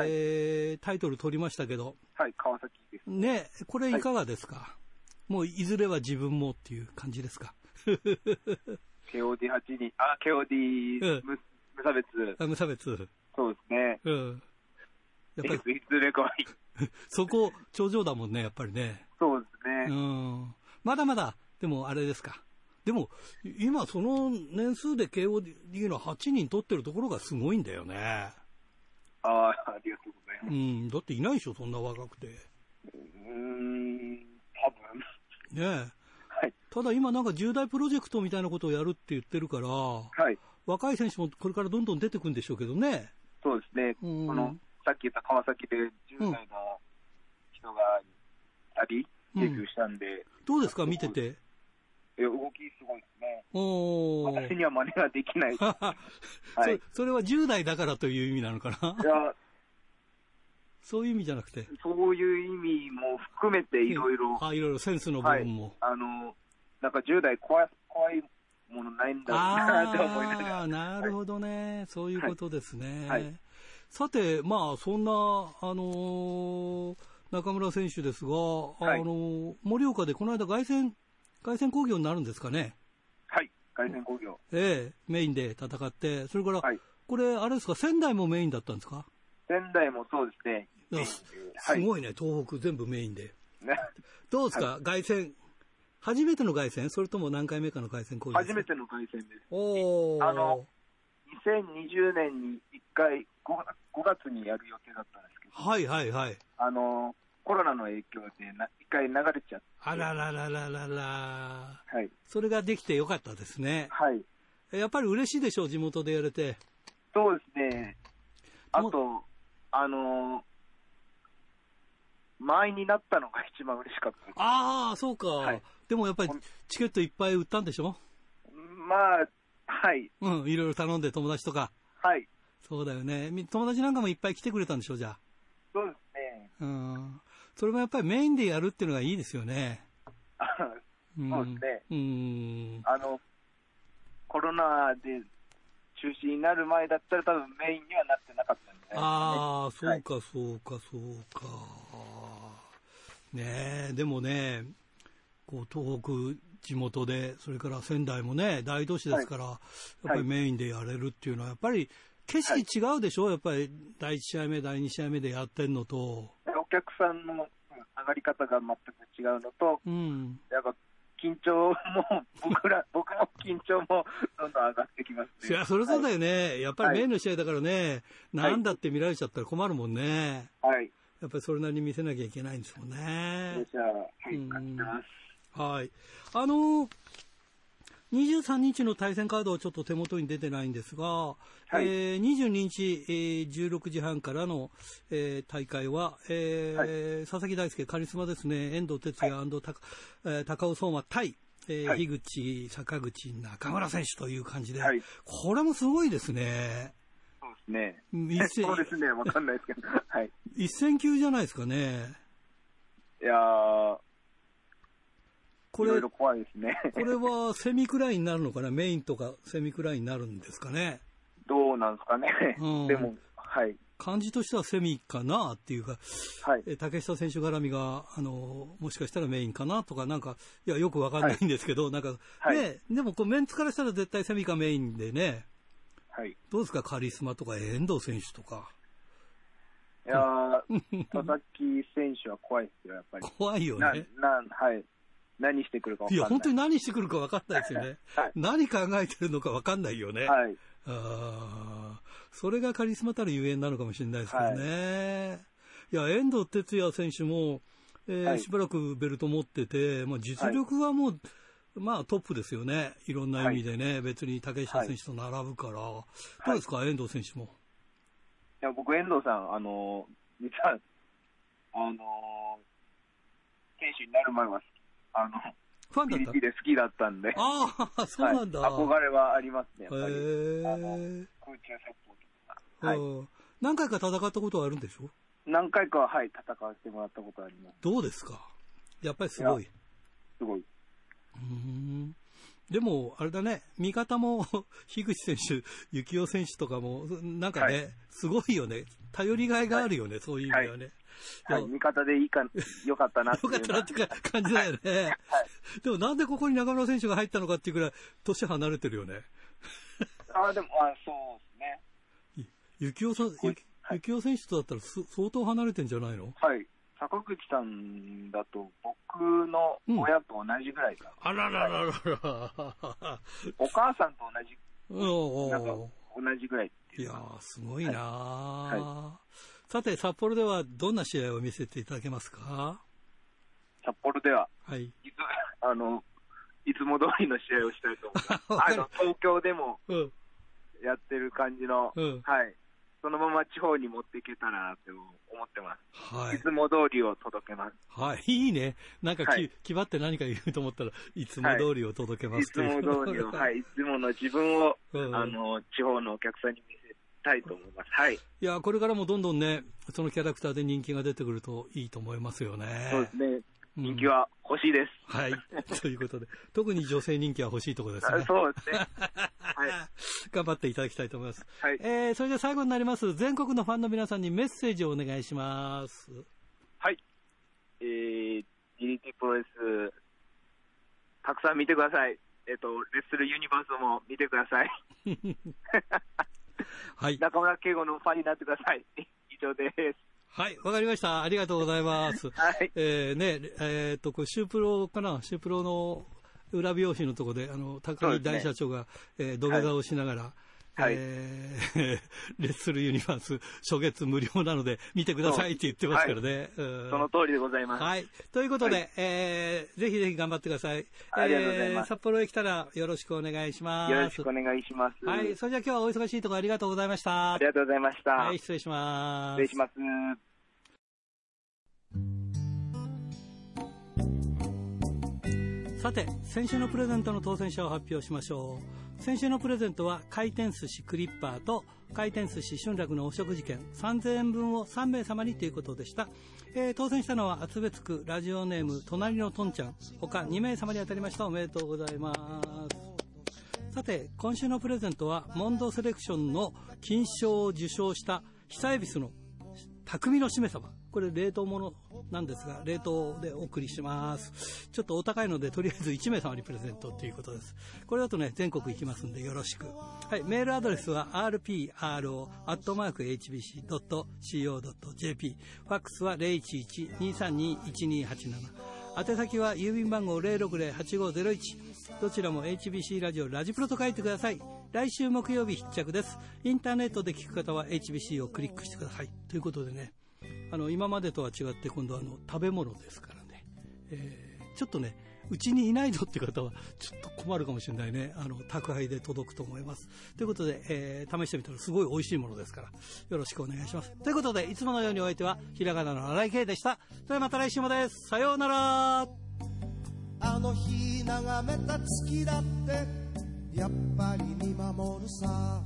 [SPEAKER 1] ー、はい、タイトル取りましたけど。
[SPEAKER 5] はい、川崎です。
[SPEAKER 1] ね、これいかがですか、はい、もう、いずれは自分もっていう感じですか
[SPEAKER 5] ?KOD8 に、あ、KOD、無、うん、無差別。
[SPEAKER 1] あ、無差別。
[SPEAKER 5] そうですね。
[SPEAKER 1] うん。
[SPEAKER 5] やっぱり。いずれかい。
[SPEAKER 1] そこ、頂上だもんね、やっぱりね。
[SPEAKER 5] そうですね。
[SPEAKER 1] うん。まだまだ、でもあれですか。でも、今、その年数で KOD の8人取ってるところがすごいんだよね。、
[SPEAKER 5] ああ、ありがとうございます。うん
[SPEAKER 1] だっていないでしょ、そんな若くて。
[SPEAKER 5] うん、多。
[SPEAKER 1] 分。ねえ。はい。ただ今、なんか重大プロジェクトみたいなことをやるって言ってるから、はい若い選手もこれからどんどん出てくるんでしょうけどね。
[SPEAKER 5] そうですね。うん、この、さっき言った川崎で10代の人が2人、デビューしたんで、うん。
[SPEAKER 1] どうですか、見てて。
[SPEAKER 5] え動きすごいですね。
[SPEAKER 1] お、
[SPEAKER 5] 私には真似ができないはい
[SPEAKER 1] そ。それは10代だからという意味なのかな (laughs)
[SPEAKER 5] いや、
[SPEAKER 1] そういう意味じゃなくて。
[SPEAKER 5] そういう意味も含めていろいろ。
[SPEAKER 1] あ、いろいろセンスの部分も。
[SPEAKER 5] はい、あの、なんか10代怖い、怖いものないんだろうなと思いながら。
[SPEAKER 1] なるほどね、はい、そういうことですね。はい、さて、まあ、そんな、あのー、中村選手ですが、あのー、盛岡でこの間凱旋凱旋工業になるんですかね。
[SPEAKER 5] はい、凱旋工業。
[SPEAKER 1] ええ、メインで戦って、それから、はい、これ、あれですか、仙台もメインだったんですか
[SPEAKER 5] 仙台もそうですね。
[SPEAKER 1] す,すごいね、はい、東北全部メインで。どうですか、凱旋、はい。初めての凱旋それとも何回目かの凱旋工業
[SPEAKER 5] 初めての凱旋です。
[SPEAKER 1] お
[SPEAKER 5] あの、2020年に1回5、5月にやる予定だったんですけど。
[SPEAKER 1] はいはいはい。
[SPEAKER 5] あの、コロナの影響でな一回流れちゃって。
[SPEAKER 1] あらららららら。
[SPEAKER 5] はい。
[SPEAKER 1] それができてよかったですね。
[SPEAKER 5] はい。
[SPEAKER 1] やっぱり嬉しいでしょう、地元でやれて。
[SPEAKER 5] そうですね。あと、あのー、満員になったのが一番嬉しかった。
[SPEAKER 1] ああ、そうか、はい。でもやっぱりチケットいっぱい売ったんでしょ
[SPEAKER 5] まあ、はい。
[SPEAKER 1] うん、いろいろ頼んで友達とか。
[SPEAKER 5] はい。
[SPEAKER 1] そうだよね。友達なんかもいっぱい来てくれたんでしょ、じゃあ。。
[SPEAKER 5] そうですね。 (laughs) うん
[SPEAKER 1] それもやっぱりメインでやるっていうのがいいですよね。
[SPEAKER 5] そうですね。
[SPEAKER 1] うん。
[SPEAKER 5] あの、コロナで中止になる前だったら多分メインにはなってなかったんじゃないですか、ね、
[SPEAKER 1] ああ、そうか、そうか、そうか。ねえ、でもね、こう、東北、地元で、それから仙台もね、大都市ですから、はい、やっぱりメインでやれるっていうのは、やっぱり景色違うでしょ、はい、やっぱり第1試合目、第2試合目でやってんのと。
[SPEAKER 5] お客さんの上がり方が全く違うのと、
[SPEAKER 1] うん、
[SPEAKER 5] やっぱ緊張も、 (laughs) 僕ら、僕の緊張もどんどん上がってきます、
[SPEAKER 1] ね、いや、それそうだよね、はい、やっぱりメインの試合だからね、はい、なんだって見られちゃったら困るもんね。
[SPEAKER 5] はい。
[SPEAKER 1] やっぱりそれなりに見せなきゃいけないんですもんね。。
[SPEAKER 5] じゃあ、はい、感じてます
[SPEAKER 1] はい。あのー23日の対戦カードはちょっと手元に出てないんですが、はい、えー、22日、えー、16時半からの、えー、大会は、えー、はい、佐々木大輔、カリスマですね、遠藤哲也、はい、えー、高尾相馬対、えー、はい、樋口、坂口、中村選手という感じで、はい、これもすごいですね。
[SPEAKER 5] そうですね。そうですね、わかんな
[SPEAKER 1] (laughs)
[SPEAKER 5] いですけど、はい、
[SPEAKER 1] 一戦級じゃないですかね。
[SPEAKER 5] いやー、これ、いろいろ怖いですね。
[SPEAKER 1] こ
[SPEAKER 5] (laughs)
[SPEAKER 1] れはセミくらいになるのかなメインとかセミくらいになるんですかね
[SPEAKER 5] どうなんですかね、うん、でも、はい。
[SPEAKER 1] 感じとしてはセミかなっていうか、
[SPEAKER 5] はい。
[SPEAKER 1] え竹下選手絡みが、あの、もしかしたらメインかなとか、なんか、いや、よくわかんないんですけど、なんか、
[SPEAKER 5] はい
[SPEAKER 1] ね、でもこう、メンツからしたら絶対セミかメインでね、
[SPEAKER 5] はい。い
[SPEAKER 1] どうですか、カリスマとか遠藤選手とか。
[SPEAKER 5] やー佐々木選手は怖いですよ、やっぱり。
[SPEAKER 1] 怖いよ
[SPEAKER 5] な、
[SPEAKER 1] ね。
[SPEAKER 5] なん、はい。何してくるかわ
[SPEAKER 1] い
[SPEAKER 5] かん
[SPEAKER 1] や、
[SPEAKER 5] ない。
[SPEAKER 1] 本当に何してくるかわかんないですよね。
[SPEAKER 5] はい
[SPEAKER 1] 何考えてるのかわかんないよね。
[SPEAKER 5] はい。
[SPEAKER 1] あーそれがカリスマたるゆえんなのかもしれないですけどね。い、や、遠藤哲也選手も、えー
[SPEAKER 5] はい
[SPEAKER 1] しばらくベルト持ってて、まあ、実力はもう、まあトップですよね。いろんな意味でね。別に竹下選手と並ぶから。どうですか、遠藤選手も。
[SPEAKER 5] いや、僕、遠藤さん、あのー、実は、あのー、選手になる前は、あの、
[SPEAKER 1] ファンだった
[SPEAKER 5] PDT で好きだったんで、
[SPEAKER 1] ああ、 (laughs) そうなんだ。
[SPEAKER 5] はい、憧れはありますね、やっぱり。
[SPEAKER 1] へ
[SPEAKER 5] あの
[SPEAKER 1] ー
[SPEAKER 5] 空中殺法とか。はい。
[SPEAKER 1] うん何回か戦ったことはあるんでしょ
[SPEAKER 5] 何回かは、はい、戦わせてもらったことあります。
[SPEAKER 1] どうですかやっぱりすごい。
[SPEAKER 5] すごい。
[SPEAKER 1] うんでも、あれだね、味方も (laughs) 樋口選手、幸男選手とかも、なんかね、
[SPEAKER 5] は
[SPEAKER 1] すごいよね、頼りがいがあるよね、そういう意味ではね。いや
[SPEAKER 5] はい、味方でい
[SPEAKER 1] (laughs)
[SPEAKER 5] いか、良かったなってい
[SPEAKER 1] よか
[SPEAKER 5] う
[SPEAKER 1] ったなってか感じだよね。でもなんでここに中村選手が入ったのかっていうくらい、年離れてるよね。
[SPEAKER 5] ああ、でも、あそうですね。
[SPEAKER 1] 幸男さん、
[SPEAKER 5] こい
[SPEAKER 1] ゆ幸男選手とだったらす相当離れてんじゃないの
[SPEAKER 5] はい。坂口さんだと、僕の親と同じぐらいか、
[SPEAKER 1] あらららららら。
[SPEAKER 5] お母さんと同じ、
[SPEAKER 1] うん
[SPEAKER 5] なんか、同じぐらいって
[SPEAKER 1] い
[SPEAKER 5] いう
[SPEAKER 1] や
[SPEAKER 5] か。
[SPEAKER 1] ー、すごいなー、
[SPEAKER 5] い
[SPEAKER 1] さて、札幌ではどんな試合を見せていただけますか
[SPEAKER 5] 札幌では、
[SPEAKER 1] はい。
[SPEAKER 5] いつ、あの、いつも通りの試合をしたいと思います。
[SPEAKER 1] (laughs) わか
[SPEAKER 5] あ
[SPEAKER 1] る
[SPEAKER 5] の、東京でも
[SPEAKER 1] うん。
[SPEAKER 5] やってる感じの、
[SPEAKER 1] うん
[SPEAKER 5] はい。そのまま地方に持っていけたらなって思ってます。
[SPEAKER 1] はい
[SPEAKER 5] い、つも通りを届けます。
[SPEAKER 1] はい、いいね。なんかき、
[SPEAKER 5] はい
[SPEAKER 1] 気張って何か言うと思ったらいつも通りを届けま
[SPEAKER 5] い
[SPEAKER 1] す
[SPEAKER 5] つも通り
[SPEAKER 1] (laughs)
[SPEAKER 5] を、はい。いつもの自分を、
[SPEAKER 1] うん
[SPEAKER 5] あの、地方のお客さんに見せたいと思います。はい。
[SPEAKER 1] いや、これからもどんどんね、そのキャラクターで人気が出てくるといいと思いますよね。
[SPEAKER 5] そうですね。
[SPEAKER 1] うん
[SPEAKER 5] 人気は欲しいです。
[SPEAKER 1] はい。 (laughs) ということで、特に女性人気は欲しいところです
[SPEAKER 5] あ
[SPEAKER 1] ね。
[SPEAKER 5] そ
[SPEAKER 1] (laughs)
[SPEAKER 5] うですね。はい。
[SPEAKER 1] 頑張っていただきたいと思います。
[SPEAKER 5] はい。
[SPEAKER 1] えー、それでは最後になります。全国のファンの皆さんにメッセージをお願いします。
[SPEAKER 5] はい。えー、DDT プロレス、たくさん見てください。えっ、と、レッスルユニバースも見てください。
[SPEAKER 1] はい。
[SPEAKER 5] 中村敬吾のファンになってください。 (laughs) 以上です。
[SPEAKER 1] はい、わかりました。ありがとうございます。
[SPEAKER 5] はい。
[SPEAKER 1] えー、ね、えーっと、これ、シュープロかな、シュープロの裏表紙のとこで、あの、高
[SPEAKER 5] そう
[SPEAKER 1] 井
[SPEAKER 5] ですね
[SPEAKER 1] 大社長が、えー土下座をしながら、
[SPEAKER 5] はい
[SPEAKER 1] えー (laughs) レッスルユニバース、初月無料なので、見てくださいって言ってますからね。うん
[SPEAKER 5] その通りでございます。
[SPEAKER 1] はい。ということで、えーぜひぜひ頑張ってください。
[SPEAKER 5] ありがとうございま
[SPEAKER 1] えー
[SPEAKER 5] す
[SPEAKER 1] 札幌へ来たらよろしくお願いします。
[SPEAKER 5] よろしくお願いします。
[SPEAKER 1] はい。それじゃあ今日はお忙しいところありがとうございました
[SPEAKER 5] あり。がとうございました。
[SPEAKER 1] はい、失礼します。
[SPEAKER 5] 失礼します。
[SPEAKER 1] さて先週のプレゼントの当選者を発表しましょう先週のプレゼントは回転寿司クリッパーと回転寿司春楽のお食事券3000円分を3名様にということでした、えー当選したのは厚別区ラジオネーム隣のとんちゃん他2名様に当たりましたおめでとうございますさて今週のプレゼントはモンドセレクションの金賞を受賞した久恵比寿の匠のしめ鯖これ冷凍ものなんですが冷凍でお送りしますちょっとお高いのでとりあえず1名様にプレゼントということですこれだとね全国行きますんでよろしく、はい、メールアドレスは rpro.hbc.co.jp ファックスは011-232-1287宛先は郵便番号0608501どちらも HBC ラジオラジプロと書いてください来週木曜日必着ですインターネットで聞く方は HBC をクリックしてくださいということでねあの今までとは違って今度はあの食べ物ですからね、えーちょっとねうちにいないぞっていう方は (laughs) ちょっと困るかもしれないねあの宅配で届くと思いますということで、えー試してみたらすごい美味しいものですからよろしくお願いしますということでいつものようにお相手はひらがなの荒井圭でしたそれではまた来週もですさようなら
[SPEAKER 2] あの日眺めた月だってやっぱり見守るさ